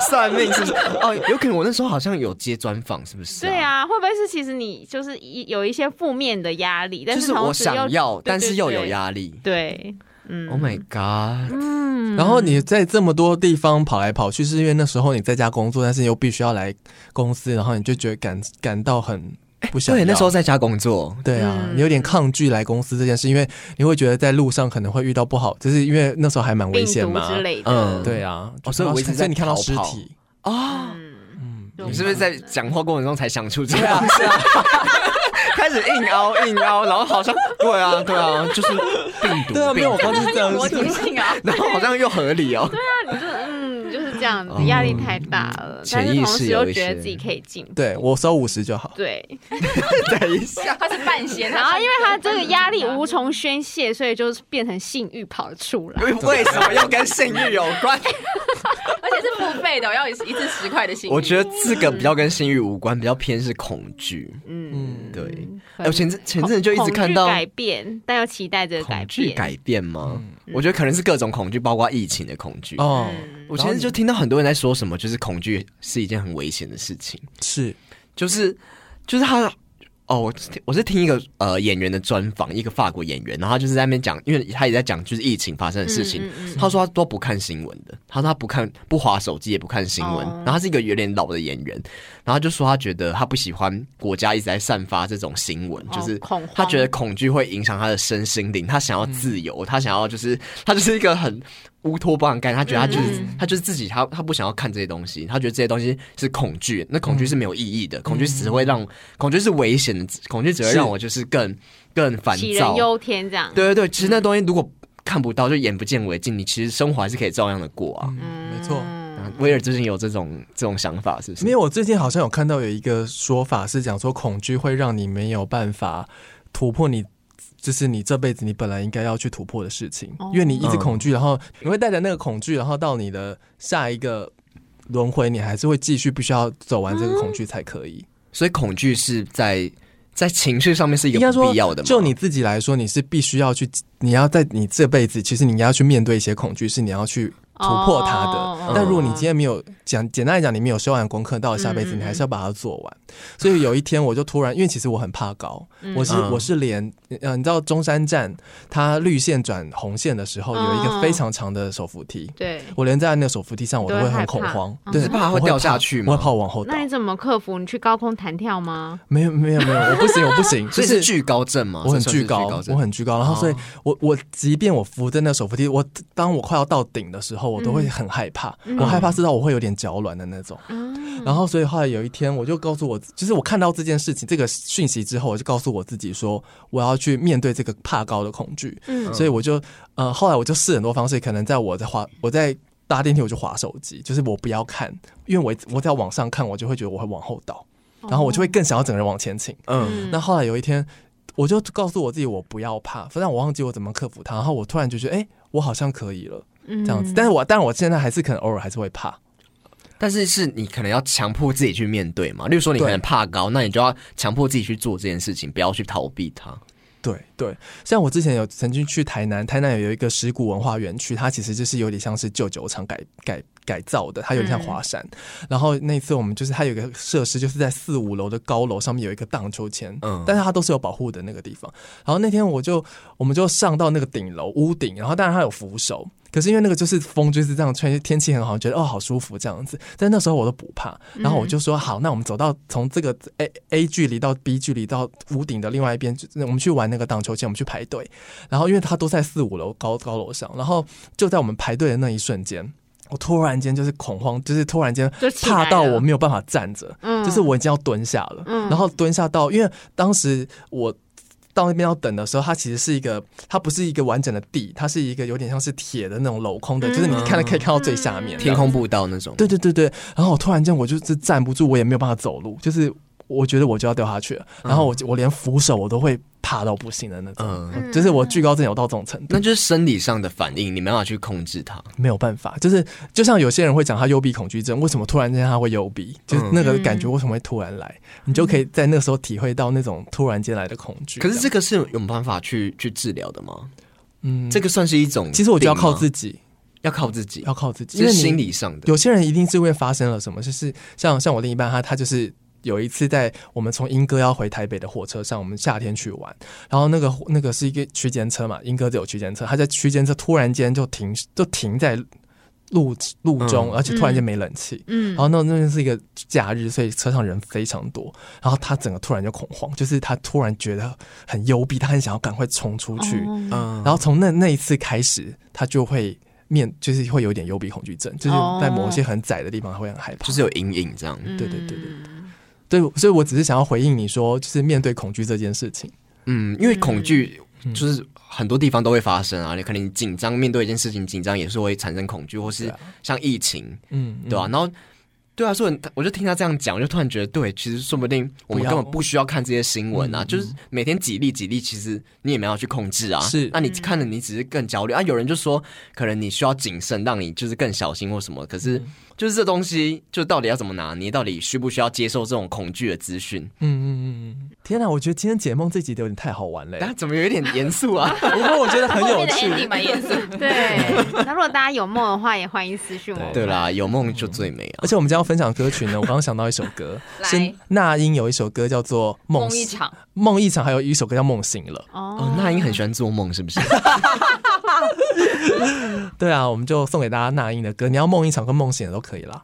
Speaker 2: 算命是不是？哦，有可能我那时候好像有接专访，是不是、
Speaker 3: 对，啊，会不会是其实你就是一有一些负面的压力，但
Speaker 2: 就是是我
Speaker 3: 同时又
Speaker 2: 想要，
Speaker 3: 对
Speaker 2: 但是又有
Speaker 3: 对
Speaker 2: 压力。
Speaker 3: 对，嗯
Speaker 2: Oh my god！
Speaker 3: 嗯
Speaker 1: 然后你在这么多地方跑来跑去，是因为那时候你在家工作，但是你又必须要来公司，然后你就觉得感感到很不想要。
Speaker 2: 对，那时候在家工作，
Speaker 1: 对啊，
Speaker 3: 嗯
Speaker 1: 你有点抗拒来公司这件事，因为你会觉得在路上可能会遇到不好，就是因为那时候还蛮危
Speaker 3: 病
Speaker 1: 险
Speaker 3: 毒
Speaker 1: 嘛。
Speaker 3: 之类的，
Speaker 2: 嗯
Speaker 1: 对啊，
Speaker 2: 哦所以我一直在
Speaker 1: 所以你看到
Speaker 2: 逃
Speaker 1: 尸
Speaker 2: 跑
Speaker 1: 体，
Speaker 2: 哦，
Speaker 3: 嗯，就
Speaker 2: 你是不是在讲话过程中才想出这
Speaker 1: 对
Speaker 2: 样 (laughs)
Speaker 1: 啊，是啊，
Speaker 2: 开始硬凹硬凹，然后好像对啊对啊，就是病毒
Speaker 1: 对啊，没
Speaker 2: 病
Speaker 1: 有，我
Speaker 2: 毒
Speaker 1: 刚刚是这
Speaker 4: 很有逻辑
Speaker 1: 样，
Speaker 4: 性啊。
Speaker 2: 然后好像又合理哦，
Speaker 3: 那你就嗯，就是这样子，压力太大了。但是
Speaker 2: 潜意
Speaker 3: 同
Speaker 2: 识
Speaker 3: 时
Speaker 2: 有
Speaker 3: 又
Speaker 2: 一
Speaker 3: 觉得
Speaker 2: 些
Speaker 3: 自己可以进步。
Speaker 1: 对我收五十就好。
Speaker 3: 对，
Speaker 2: 等一下，
Speaker 5: 啊
Speaker 4: 他是半仙，
Speaker 3: 然后因为他这个压力无从宣泄，所以就变成性欲跑了出来。
Speaker 1: 啊
Speaker 2: 为什么要跟性欲有关？
Speaker 4: 而且是付费的哦，要一次十块的信誉。
Speaker 2: 我觉得这个比较跟性欲无关，比较偏是恐惧。
Speaker 3: 嗯，
Speaker 2: 对，哎、
Speaker 3: 很
Speaker 2: 我前阵前阵子就一直
Speaker 3: 恐
Speaker 2: 看
Speaker 3: 惧
Speaker 2: 到
Speaker 3: 改变，但又期待这个改
Speaker 2: 恐惧
Speaker 3: 变。
Speaker 2: 改变吗？我觉得可能是各种恐惧，包括疫情的恐惧。
Speaker 1: 嗯哦，
Speaker 3: 嗯
Speaker 2: 我前阵就听到很多人在说什么，就是恐惧是一件很危险的事情，
Speaker 1: 是
Speaker 2: 就是就是他。哦，我是听我是听一个呃演员的专访，一个法国演员，然后他就是在那边讲，因为他也在讲就是疫情发生的事情。
Speaker 3: 嗯嗯嗯
Speaker 2: 他说他都不看新闻的，他说他不看不划手机也不看新闻，
Speaker 3: 哦
Speaker 2: 然后他是一个有点老的演员，然后他就说他觉得他不喜欢国家一直在散发这种新闻，
Speaker 3: 哦
Speaker 2: 就是
Speaker 3: 恐慌
Speaker 2: 他觉得恐惧会影响他的身心灵，他想要自由，他想要就是他就是一个很乌托邦的概念，他觉得他就是、
Speaker 3: 嗯
Speaker 2: 他就是自己他他不想要看这些东西，他觉得这些东西是恐惧，那恐惧是没有意义
Speaker 3: 嗯
Speaker 2: 的，恐惧只会让恐惧是危险的，恐惧只会
Speaker 1: 是
Speaker 2: 让我就是更更烦
Speaker 3: 杞
Speaker 2: 躁
Speaker 3: 人，忧天这样。
Speaker 2: 对对对，其实那东西如果看不到，就眼不见为净，你其实生活还是可以照样的过啊。
Speaker 1: 嗯，没错。
Speaker 2: 啊威尔最近有这种这种想法，是不是？
Speaker 1: 没有，我最近好像有看到有一个说法是讲说，恐惧会让你没有办法突破你，就是你这辈子你本来应该要去突破的事情，因为你一直恐惧，然后你会带着那个恐惧，然后到你的下一个轮回，你还是会继续必须要走完这个恐惧才可以。
Speaker 2: 所以恐惧是在在情绪上面是一
Speaker 1: 应
Speaker 2: 个不
Speaker 1: 该说
Speaker 2: 必要的，嘛。
Speaker 1: 就你自己来说，你是必须要去，你要在你这辈子，其实你应该要去面对一些恐惧，是你要去。突破它的，
Speaker 3: 哦
Speaker 1: 但如果你今天没有讲，简单来讲，你没有修完功课，到了下辈子
Speaker 3: 嗯嗯
Speaker 1: 你还是要把它做完。
Speaker 3: 嗯
Speaker 1: 所以有一天我就突然，因为其实我很怕高，我是
Speaker 2: 嗯
Speaker 1: 我是连呃，你知道中山站它绿线转红线的时候，有一
Speaker 3: 嗯嗯
Speaker 1: 个非常长的手扶梯，
Speaker 3: 对，
Speaker 1: 我连在那个手扶梯上我都
Speaker 3: 都会
Speaker 1: 会很
Speaker 3: 害
Speaker 1: 恐
Speaker 3: 怕
Speaker 1: 慌，
Speaker 3: 嗯
Speaker 1: 对，
Speaker 2: 是怕它
Speaker 1: 我
Speaker 2: 会
Speaker 1: 会
Speaker 2: 掉
Speaker 1: 怕
Speaker 2: 下去吗
Speaker 1: 我会怕往后倒
Speaker 3: 那。你怎么克服？你去高空弹跳吗？
Speaker 1: 没有没有没有，我不行我不行，
Speaker 2: (laughs) 所
Speaker 1: 就
Speaker 2: 以是惧高症吗？
Speaker 1: 我很
Speaker 2: 啊这算是
Speaker 1: 巨
Speaker 2: 惧
Speaker 1: 高，
Speaker 2: 症
Speaker 1: 我很巨高，然后所以
Speaker 2: 哦
Speaker 1: 我我即便我扶着那手扶梯，我当我快要到顶的时候，我都会很害怕，我害怕是到我会有点脚软的那种。然后所以后来有一天，我就告诉我，就是我看到这件事情这个讯息之后，我就告诉我自己说，我要去面对这个怕高的恐惧。
Speaker 3: 嗯
Speaker 1: 所以我就呃，后来我就试很多方式，可能在我在滑我在。搭电梯我就滑手机，就是我不要看，因为我我只要往上看，我就会觉得我会往后倒，
Speaker 3: 哦
Speaker 1: 然后我就会更想要整个人往前倾。
Speaker 2: 嗯，
Speaker 1: 那后来有一天，我就告诉我自己我不要怕，反正我忘记我怎么克服它，然后我突然就觉得，哎、我好像可以了，
Speaker 3: 嗯
Speaker 1: 这样子。但是我但我现在还是可能偶尔还是会怕，
Speaker 2: 但是是你可能要强迫自己去面对嘛。例如说你可能
Speaker 1: 对
Speaker 2: 怕高，那你就要强迫自己去做这件事情，不要去逃避它。
Speaker 1: 对对，像我之前有曾经去台南，台南有一个石鼓文化园区，它其实就是有点像是旧酒厂改改改造的，它有点像华山。然后那次我们就是它有一个设施，就是在四五楼的高楼上面有一个荡秋千，
Speaker 2: 嗯
Speaker 1: 嗯，但是它都是有保护的那个地方。然后那天我就我们就上到那个顶楼屋顶，然后当然它有扶手。可是因为那个就是风就是这样吹，天气很好，觉得哦好舒服这样子。但那时候我都不怕，然后我就说好，那我们走到从这个 A A 距离到 B 距离到屋顶的另外一边，就是我们去玩那个荡秋千，我们去排队。然后因为它都在四五楼高高楼上，然后就在我们排队的那一瞬间，我突然间就是恐慌，就是突然间
Speaker 3: 就起来
Speaker 1: 怕到
Speaker 3: 了
Speaker 1: 我没有办法站着，
Speaker 3: 嗯
Speaker 1: 就是我已经要蹲下了，然后蹲下到，因为当时我。到那边要等的时候，它其实是一个，它不是一个完整的地，它是一个有点像是铁的那种镂空的，就是你看了可以看到最下面，
Speaker 2: 天空步道那种，
Speaker 1: 对对对对，然后我突然间我就是站不住，我也没有办法走路，就是我觉得我就要掉下去了，然后我就我连扶手我都会怕到不行的那种，
Speaker 2: 嗯，
Speaker 1: 就是我惧高症有到这种程度，
Speaker 2: 那就是生理上的反应，你没办法去控制它。
Speaker 1: 没有办法，就是就像有些人会讲他幽闭恐惧症，为什么突然间他会幽闭，
Speaker 2: 嗯
Speaker 1: 就是那个感觉为什么会突然来，你就可以在那个时候体会到那种突然间来的恐惧。
Speaker 2: 可是这个是有办法去去治疗的吗？
Speaker 1: 嗯，
Speaker 2: 这个算是一种病吗，
Speaker 1: 其实我觉得要靠自己，
Speaker 2: 要靠自己，
Speaker 1: 要靠自己，因
Speaker 2: 是
Speaker 1: 为
Speaker 2: 心
Speaker 1: 你
Speaker 2: 理上的。
Speaker 1: 有些人一定是因为发生了什么，就是像像我另一半他他就是有一次在我们从英哥要回台北的火车上，我们夏天去玩，然后那个那个是一个区间车嘛，英哥就有区间车，他在区间车突然间就停就停在路路中，
Speaker 2: 嗯
Speaker 1: 而且突然间没冷气，
Speaker 3: 嗯
Speaker 1: 然后那那边是一个假日，所以车上人非常多。然后他整个突然就恐慌，就是他突然觉得很幽闭，他很想要赶快冲出去。
Speaker 5: 哦
Speaker 2: 嗯
Speaker 1: 然后从那那一次开始，他就会面，就是会有点幽闭恐惧症，就是在某些很窄的地方他会很害怕。
Speaker 2: 就是有阴影这样。
Speaker 5: 嗯
Speaker 1: 嗯对对对对对，所以我只是想要回应你说，就是面对恐惧这件事情，
Speaker 2: 嗯，因为恐惧就是很多地方都会发生啊。你可能你紧张面对一件事情，紧张也是会产生恐惧，或
Speaker 1: 对
Speaker 2: 是
Speaker 1: 啊
Speaker 2: 像疫情，
Speaker 1: 嗯，嗯
Speaker 2: 对啊吧、然后。对啊，所以我就听他这样讲，我就突然觉得，对，其实说不定我们
Speaker 1: 不要
Speaker 2: 根本不需要看这些新闻啊，
Speaker 1: 嗯
Speaker 2: 就是每天几例几例，其实你也没有去控制啊。
Speaker 1: 是
Speaker 2: 那你看着你只是更焦虑啊。有人就说，可能你需要谨慎，让你就是更小心或什么。可是就是这东西，就到底要怎么拿捏，到底需不需要接受这种恐惧的资讯？
Speaker 1: 嗯嗯嗯嗯，天哪，我觉得今天解梦这集的有点太好玩了欸、
Speaker 2: 但怎么有一点严肃啊？
Speaker 1: 不过我觉得
Speaker 5: (laughs)
Speaker 1: 很
Speaker 5: 后
Speaker 1: 有
Speaker 5: 面的
Speaker 1: 趣。
Speaker 5: ending 蛮严肃的，
Speaker 3: 嗯对，那如果大家有梦的话，也欢迎私讯我
Speaker 2: (laughs)
Speaker 3: 们。
Speaker 2: 对 (laughs) 啦，有梦就最美啊
Speaker 1: 而！且我们将要分享歌曲呢，我刚刚想到一首歌，
Speaker 5: 来
Speaker 1: 是那英有一首歌叫做《梦
Speaker 5: 梦一场，
Speaker 1: 梦一场》，还有一首歌叫《梦醒了
Speaker 2: 哦
Speaker 3: 哦，，
Speaker 2: 那英很喜欢做梦，是不是？》。
Speaker 1: 对啊，我们就送给大家那英的歌，你要梦一场跟梦醒了都可以啦。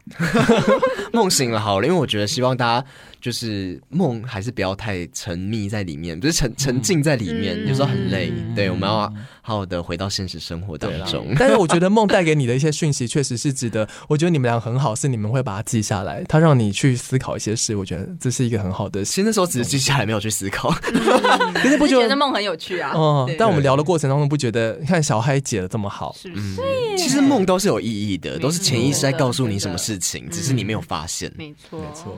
Speaker 2: 梦醒了好了，因为我觉得希望大家就是梦还是不要太沉迷在里面，不是沉沉浸在里面，
Speaker 3: 嗯
Speaker 2: 有时候很累。
Speaker 3: 嗯
Speaker 2: 对，我们要好好的回到现实生活当中。
Speaker 1: 啊但是我觉得梦带给你的一些讯息，确实是值得。我觉得你们俩很好，是你们会把它记下来，它让你去思考一些事。我觉得这是一个很好的
Speaker 2: 其
Speaker 1: (laughs)
Speaker 2: 实那时候只是记下来，没有去思
Speaker 3: (laughs)
Speaker 2: 考。
Speaker 1: 可是不
Speaker 5: 就
Speaker 1: 觉
Speaker 5: 觉
Speaker 1: 得
Speaker 5: 得？梦很有趣啊。
Speaker 1: 哦、
Speaker 5: 对
Speaker 1: 但我们聊的过程当中，不觉得你看小嗨解的这么好，
Speaker 3: 是不是？
Speaker 2: 其实梦都是有意义的，
Speaker 5: 错
Speaker 2: 都是潜意识在告诉你什么事情，
Speaker 3: 嗯
Speaker 2: 只是你没有发现。
Speaker 3: 没错，
Speaker 1: 没错。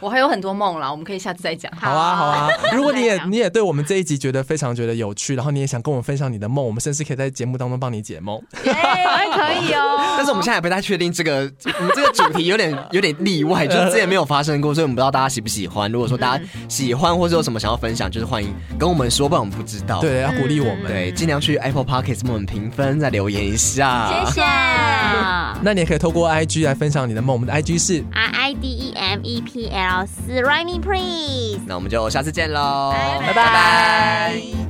Speaker 5: 我还有很多梦啦，我们可以下次再讲。
Speaker 1: 好啊，好啊。如果你
Speaker 3: 再
Speaker 1: 也
Speaker 3: 讲
Speaker 1: 你也对我们这一集觉得非常觉得有趣，然后你也想跟我们分享你的梦，我们甚至可以在节目当中帮你解梦。
Speaker 3: 哎，可以
Speaker 1: (laughs)
Speaker 3: 哦。
Speaker 2: 但是我们现在还不太确定这个，我们这个主题有点有点例外，就是之前没有发生过，所以我们不知道大家喜不喜欢。如果说大家
Speaker 3: 嗯
Speaker 2: 喜欢，或者有什么想要分享，就是欢迎跟我们说，不然我们不知道。
Speaker 1: 对，要鼓励我们。
Speaker 2: 对，尽量去 Apple Podcast 帮我们评分，再留言一下。
Speaker 5: 谢。
Speaker 1: 那你也可以透过 IG 来分享你的梦，我们的 IG 是
Speaker 3: R I D E M E P L 四 r i m e Please。
Speaker 2: 那我们就下次见喽，
Speaker 3: 拜拜
Speaker 2: 拜拜